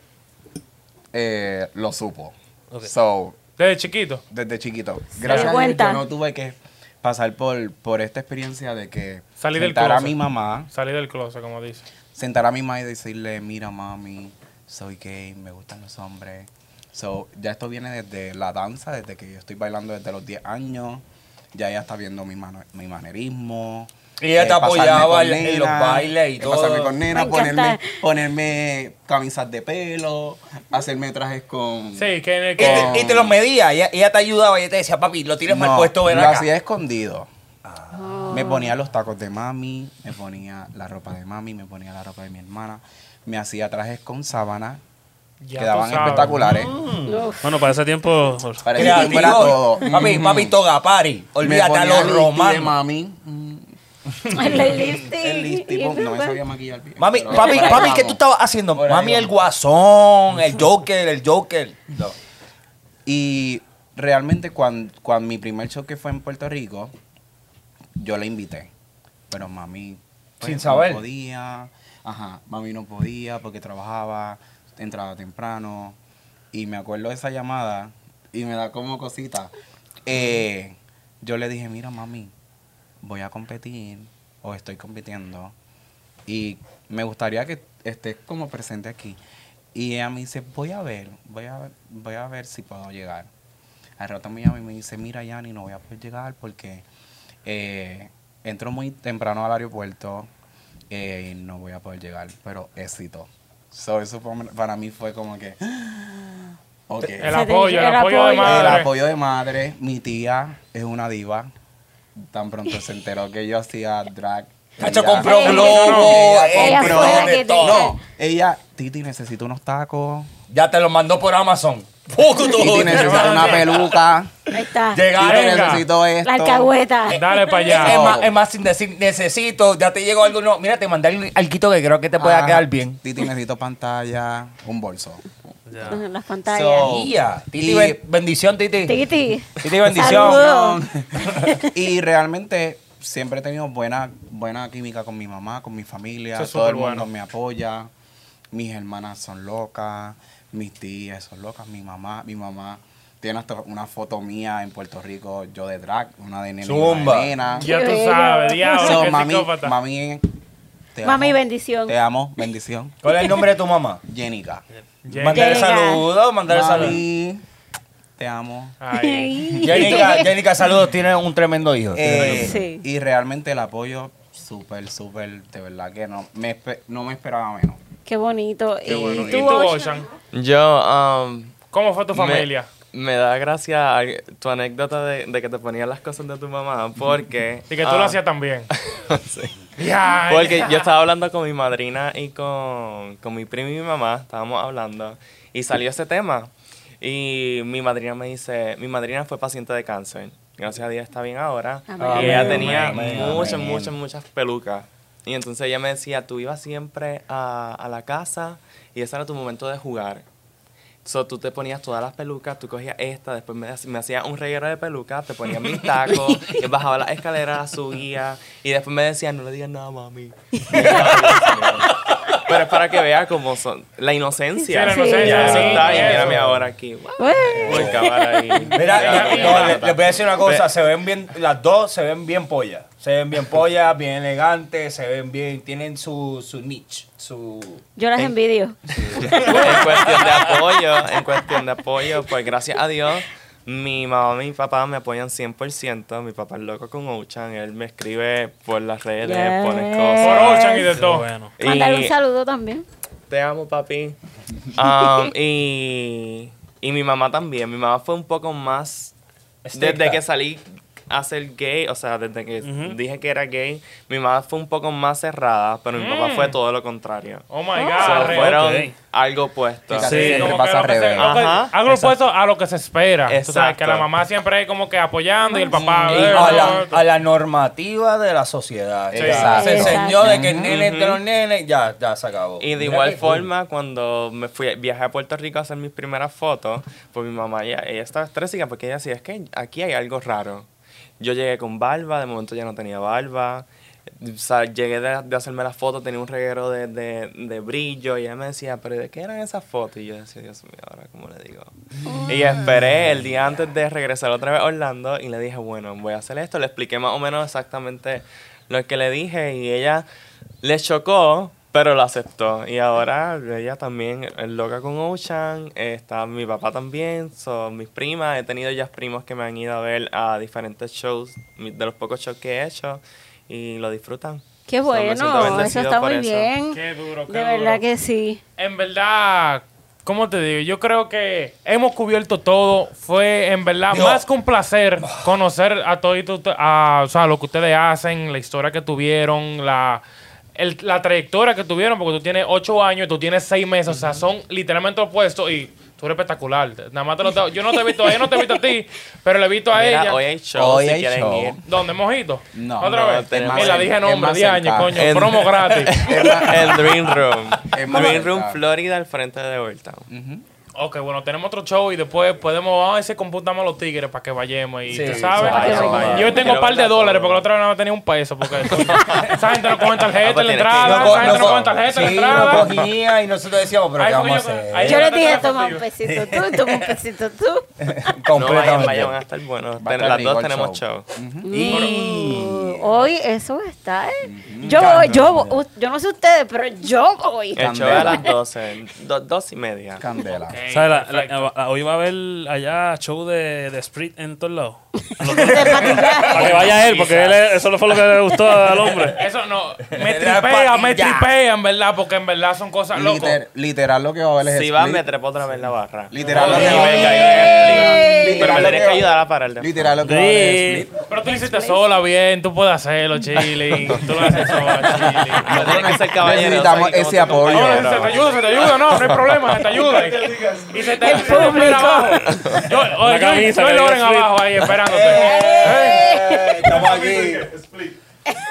eh, lo supo.
Ok.
So,
Desde chiquito.
desde chiquito. Gracias a Dios,
cuenta.
yo no tuve que pasar por, por esta experiencia de que
Salí del
sentar a
closet.
mi mamá,
Salí del closet, como dice.
sentar a mi mamá y decirle, mira mami, soy gay, me gustan los hombres. So, ya esto viene desde la danza, desde que yo estoy bailando desde los 10 años. Ya ella está viendo mi, mano- mi manerismo. eh,
Y ella te
pasarme
apoyaba
con
en- en los bailes y
eh, Pasarme
todo.
con nena,
Me
ponerme,
encanta.
ponerme camisas de pelo, hacerme trajes con...
Sí, que en el
Y te,
Con-
y te los medía, ella, ella te ayudaba, ella te decía, papi, lo tienes mal
No,
puesto, ven
lo
acá.
hacía escondido.
Ah.
Me ponía los tacos de mami, me ponía la ropa de mami, me ponía la ropa de mi hermana, me hacía trajes con sábanas,
Ya
quedaban
tú sabes. Mm.
espectaculares.
Bueno, para ese tiempo.
Para
Creativo.
que fuera todo.
Papi,
Ujú.
papi, toga, pari. Olvídate
me
a
ponía
los
el listy de
romanos.
mami. Mm,
El listing.
El listy, pum, no me sabía maquillar bien.
Mami,
pero
papi,
por ahí
papi, ¿qué
vamos.
tú estabas haciendo?
Por ahí
Mami, el
vamos.
guasón, el Joker, el Joker. No.
Y realmente cuando, cuando mi primer show que fue en Puerto Rico, yo la invité. Pero mami pues,
Sin saber.
no podía. Ajá, mami no podía porque trabajaba, entraba temprano. Y me acuerdo de esa llamada y me da como cosita. Eh, yo le dije, mira mami, voy a competir o estoy compitiendo y me gustaría que estés como presente aquí. Y ella me dice, voy a ver, voy a ver, voy a ver si puedo llegar. Al rato me llama y me dice, mira, Yani, no voy a poder llegar porque eh, entro muy temprano al aeropuerto eh, y no voy a poder llegar, pero éxito. So, eso pa- para mí fue como que... ok.
El
Se te
apoyo,
dice
el
el
apoyo de
apoyo.
El
madre.
apoyo de madre, mi tía es una diva. Tan pronto se enteró que yo hacía drag.
Cacho,
ella-
compró
Ella-
globo, eh,
ella
compró
fue la
de
que
todo.
dijo.
No, ella, Titi, necesito unos tacos.
Ya te lo mandó por Amazon. Poco
Titi, necesito una peluca.
Ahí está.
Titi,
Venga.
necesito esto.
La alcahueta.
Dale para
Es
allá.
Eh,
más, es más, sin decir necesito, ya te llegó algo. No, mira, te mandé algo que creo que te pueda
Ah,
quedar bien.
Titi, necesito pantalla, un bolso.
Las pantallas.
So- Oh.
Tía, Titi,
Y-
ben- bendición, Titi.
Titi.
Titi, bendición.
Saludos.
y realmente siempre he tenido buena, buena química con mi mamá, con mi familia.
Eso es
Todo el
superbueno.
mundo me apoya. Mis hermanas son locas, mis tías son locas, mi mamá, mi mamá tiene hasta una foto mía en Puerto Rico, yo de drag, una de nena y una de
Zumba.
nena.
Ya tú
Qué
sabes,
bello.
diablo,
So,
qué
mami,
psicópata.
mami, te
Mami,
amo.
bendición.
Te amo, bendición.
¿Cuál es el nombre de tu mamá?
Jenica.
Jenny.
Mandar
Jennica.
saludos, mandar saludos.
Mami, te amo.
Ay.
Jenica, Jenica, saludos, tiene un tremendo hijo.
Eh,
Sí.
Y realmente el apoyo, súper, súper, de verdad que no me, espe- no me esperaba menos.
Qué bonito.
Qué bueno. ¿Y
tú,
tú,
Ocean?
Ocean?
Yo, um,
¿Cómo fue tu
Me-
familia?
Me, da gracia al- tu anécdota de, de que te ponías las cosas de tu mamá, porque.
Y que tú
ah,
lo hacías también.
sí.
Ya,
Porque
ya.
yo estaba hablando con mi madrina y con, con mi primo y mi mamá, estábamos hablando, y salió ese tema. Y mi madrina me dice: Mi madrina fue paciente de cáncer. Gracias a Dios está bien ahora.
Amén.
Y ella
Amén,
tenía
amén,
muchas,
amén.
muchas, muchas pelucas. Y entonces ella me decía: Tú ibas siempre a, a la casa y ese era tu momento de jugar. So, tú te ponías todas las pelucas, tú cogías esta, después me, hac- me hacía un reguero de pelucas, te ponías mis tacos, yo bajaba las escaleras, las subía, y después me decían, no le digas nada, mami. Pero es para que vea cómo son, la inocencia.
Sí, la
Ya,
inocencia,
eso
sí,
está, y
eso.
mírame ahora aquí. Voy a acabar ahí.
Mira,
Ya,
le, no, le- les voy a decir una cosa, se ven bien, las dos se ven bien pollas. Se ven bien pollas, bien elegantes, se ven bien, tienen su, su niche, su...
Yo las envidio.
en cuestión de apoyo, en cuestión de apoyo, pues gracias a Dios, mi mamá y mi papá me apoyan 100%. Mi papá es loco con Ochan, él me escribe por las redes,
Yes.
pone
Por
cosas.
Ocean y de
Qué
todo.
bueno.
Y
Mandar un saludo también.
te amo, papi. Um, y, y mi mamá también. Mi mamá fue un poco más.
Estricta.
Desde que salí a ser gay, o sea, desde que dije que era gay, mi mamá fue un poco más cerrada, pero mi papá fue todo lo contrario.
Oh my
O sea,
God. re-
fueron
ok.
algo opuesto.
Fíjate,
Sí,
siempre
como
pasa
que
al
lo que se-
revés.
lo que-
Ajá.
algo opuesto a lo que se espera. Tú sabes que la
Exacto.
mamá siempre es como que apoyando y el papá.
Mm, Y
eh,
a, la,
no,
a la normativa de la sociedad.
Sí.
Ya, Se
Exacto.
enseñó de que el nene es de los nenes, ya, ya se acabó.
Y de
Mira
igual
qué cool.
forma, cuando me fui viajé a Puerto Rico a hacer mis primeras fotos, pues mi mamá, ella, ella estaba estresada porque ella decía, es que aquí hay algo raro. Yo llegué con barba, de momento ya no tenía barba. O sea, llegué de, de hacerme las fotos, tenía un reguero de, de- de brillo y ella me decía, pero ¿de qué eran esas fotos? Y yo decía, Dios mío, ahora cómo le digo. Y
Ah.
esperé el día antes de regresar otra vez a Orlando y le dije, bueno, voy a hacer esto. Le expliqué más o menos exactamente lo que le dije y ella le chocó, pero lo aceptó. Y ahora ella también es loca con Ocean, eh, está mi papá también, son mis primas. He tenido ya primos que me han ido a ver a diferentes shows, mi- de los pocos shows que he hecho, y lo disfrutan.
Qué
So, me siento
bueno, eso
bendecido
está
por
muy
eso.
bien.
Qué duro, qué
de verdad
duro.
que sí.
En verdad, ¿cómo te digo? Yo creo que hemos cubierto todo. Fue en verdad
Dios.
más que un placer
Ah.
conocer a todo a, o sea, lo que ustedes hacen, la historia que tuvieron, la, el- la trayectoria que tuvieron, porque tú tienes ocho años, tú tienes seis meses, o sea, son literalmente opuestos y tú eres espectacular. Nada más te lo tengo- yo no te he visto a ella, no te he visto a ti, pero le he visto a
Mira,
ella.
hoy hay show,
Hoy
si
hay
quieren
show.
ir.
¿Dónde, mojito?
No,
Otra
no,
vez.
tenemos-
Y la dije
es
nombre,
más
10 años,
cercano.
coño.
En-
Promo gratis.
el Dream Room.
Es más
Dream Room
cerca.
Florida al frente de Old Town.
Ok, bueno, tenemos otro show y después podemos, vamos a ver si computamos los tigres para que vayamos y
Sí,
tú sabes.
para que
Yo
vayamos.
Yo tengo un
Quiero
par de
verla
dólares porque
toda.
la otra vez no tenía un peso. Porque esa gente no coge tarjeta
Ah,
en la
pues tienes que ir.
entrada,
No
co-
esa gente no
co-
coge tarjeta en la
sí, no
entrada.
cogía y nosotros decíamos, pero
Ahí
¿qué
fue
vamos a
que yo-
hacer?
ahí-
Yo
no
le
te
dije,
creas,
toma un
tío.
pesito tú, toma un pesito tú.
No vayan,
Completamente.
vayan, van a estar
Va
buenos.
a estar
Las
rico
dos
el
tenemos
show. Mm.
show.
Uh, hoy eso está, ¿eh? Yo voy, yo voy. Uh, Yo no sé ustedes, pero yo voy.
El show
Candela.
a las 12, do- dos y media.
Candela.
Ok,
¿Sabes? La- la-
perfecto.
la- hoy va a haber allá show de, de Street en todos lados.
De patinaje.
Para que vaya él, porque él, es- eso fue lo que le gustó al hombre.
Eso no, me
Era
tripea, me
patilla.
tripea, en verdad, porque en verdad son cosas locas.
Liter- literal lo que va a haber es
Si vas,
split.
me trepo otra vez la barra.
Literal lo
Y
que va a
venga,
haber-
y venga, y venga. Pero me
Literal lo
tenés que
va-
ayudar a parar de-
Literal lo que va a haber es split.
Pero tú lo hiciste sola, bien, tú puedes hacerlo, Chili. tú lo haces sola, Chili.
No tienes que ser caballero.
Necesitamos
soy como
ese
tu
apoyo.
No,
compañero.
no, se te ayuda, se te ayuda, no, no hay problema, se te ayuda. Y se te
El
se te espera
público.
abajo. Yo, oye, yo-
camisa
yo y
que
Loren
diga Sweet.
abajo ahí esperándote.
Eh, Estamos aquí.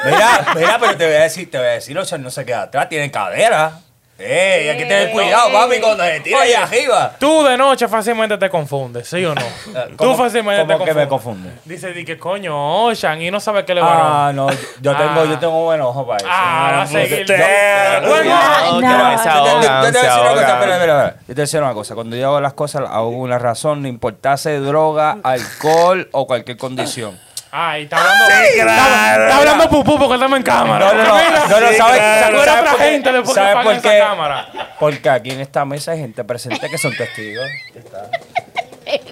Mira, mira, pero te voy a decir, te voy a decir, Ocean no se queda atrás, tiene cadera. Ey, hay que tener cuidado, papi, cuando se tira ahí arriba.
Tú de noche fácilmente te confundes, ¿sí o no? Tú
Eh, ¿Cómo-
fácilmente te
cómo que
confundes.
me confunde?
Dice, di que coño, Ocean, y no sabe qué le va a
Ah, no, yo- yo tengo, yo tengo buen ojo para eso.
Ah, va a seguir. Bueno,
Usted-
No,
No,
que se
yo
Yo te- yo-
ahogan,
yo te voy a
se
decir una cosa,
ahogan.
espera, espera, espera. Yo te voy a decir una cosa. Cuando yo hago las cosas, las hago con una razón, no importase droga, alcohol o cualquier condición.
Ay, está hablando. está, está hablando pupú porque estamos en cámara.
No, no, no, no, no,
Ah, Sí,
¿sabes?
claro.
¿sabes
Tú eres
por
otra
qué?
gente después que
¿Sabes
apagan
por
esa
qué?
cámara.
Porque aquí en esta mesa hay gente presente que son testigos.
Ay,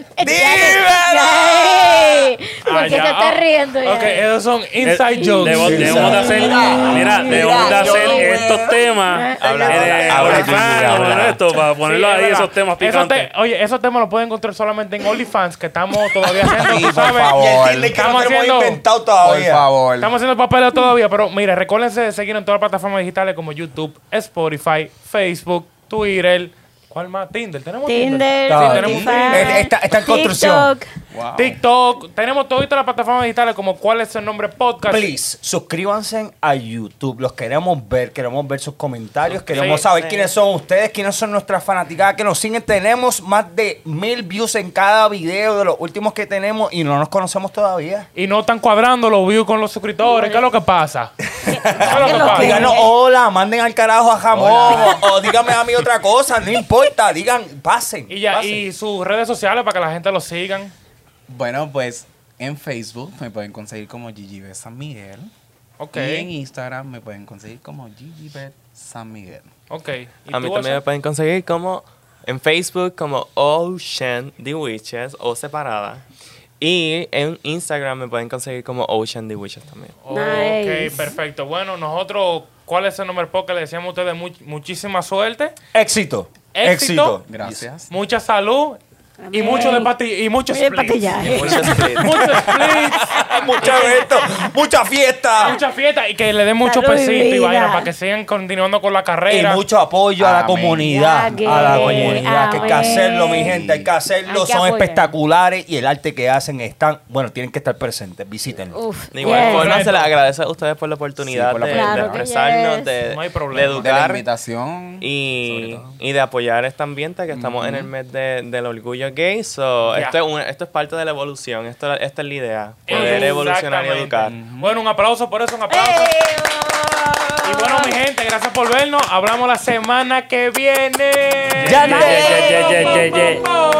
¿Por
Ah,
qué te
ya.
estás riendo? ya?
Ok, esos son inside
Eh,
jokes.
debo- Debemos de hacer, mira, debemos de hacer estos temas eh,
Habla,
en
habla, habla,
OnlyFans
habla,
o en
habla.
esto, para ponerlo
Sí, es
ahí,
verdad.
esos temas
Esos
picantes.
te- oye, esos temas los pueden encontrar solamente en OnlyFans, que estamos todavía haciendo,
Sí,
tú
por
sabes.
favor.
Dile que
Estamos
no te lo hemos
haciendo-
inventado
Por
todavía.
favor.
Estamos haciendo papeles todavía, pero mira, recuérdense de seguir en todas las plataformas digitales como YouTube, Spotify, Facebook, Twitter. ¿Cuál más? Tinder. Tenemos
Tinder,
Sí,
tenemos un
Spotify,
Tinder. Está- está en construcción.
TikTok.
Wow.
TikTok. Tenemos todas las plataformas digitales como cuál es el nombre podcast.
Please, suscríbanse a YouTube. Los queremos ver, queremos ver sus comentarios, queremos
Sí,
saber
sí.
quiénes son ustedes, quiénes son nuestras fanaticadas que nos siguen. Tenemos más de mil views en cada video de los últimos que tenemos y no nos conocemos todavía.
Y no están cuadrando los views con los suscriptores. ¿Qué es lo que pasa? ¿Qué es lo que
¿Qué es lo
pasa?
que-
Díganos hola, manden al carajo a jamón o, o díganme a mí otra cosa, no importa, digan, pasen.
Y ya,
pasen.
y sus redes sociales para que la gente los sigan.
Bueno, pues en Facebook me pueden conseguir como Gigi Bet San Miguel.
Ok.
Y en Instagram me pueden conseguir como Gigi Bet San Miguel.
Ok. ¿Y
A mí
tú,
también me
Ocean?
pueden conseguir como en Facebook como Ocean the Witches o separada. Y en Instagram me pueden conseguir como Ocean the Witches también.
Ok,
Nice.
perfecto. Bueno, nosotros, ¿cuál es el nombre podcast? Le deseamos a ustedes much- muchísima suerte,
Éxito.
Éxito.
Gracias.
mucha salud Y mucho de pati y mucho
Muy de
splits.
patillaje.
Mucho splits,
Mucho evento, mucha fiesta.
mucha fiesta y que le den mucho
Salud,
pesito y
vida.
vaina para que sigan continuando con la
Y
carrera.
mucho apoyo a la
Amén.
comunidad.
Amén.
A la comunidad. Que hay que
Amén.
hacerlo, mi gente. Hay que hacerlo.
Hay que
Son
apoyar.
espectaculares y el arte que hacen están. Bueno, tienen que estar presentes. Visítenlo.
Uf,
De igual
yes.
forma, se les agradece a ustedes por la oportunidad
Sí, por la
de, de
oportunidad.
Claro que
expresarnos,
yes.
de,
No hay
de
problema.
De la
educar
invitación.
y,
sobre todo.
y de apoyar este ambiente que estamos en el mes de- del orgullo gay. So,
Ya.
esto, es un- esto es parte de la evolución, esto, esta es la idea, poder evolucionar y educar.
Exactamente. Bueno, un aplauso por eso, un aplauso.
Eh.
Y bueno, mi gente, gracias por vernos. Hablamos la semana que viene.
Ya, ya,
ya, ya, ya, ya, ya.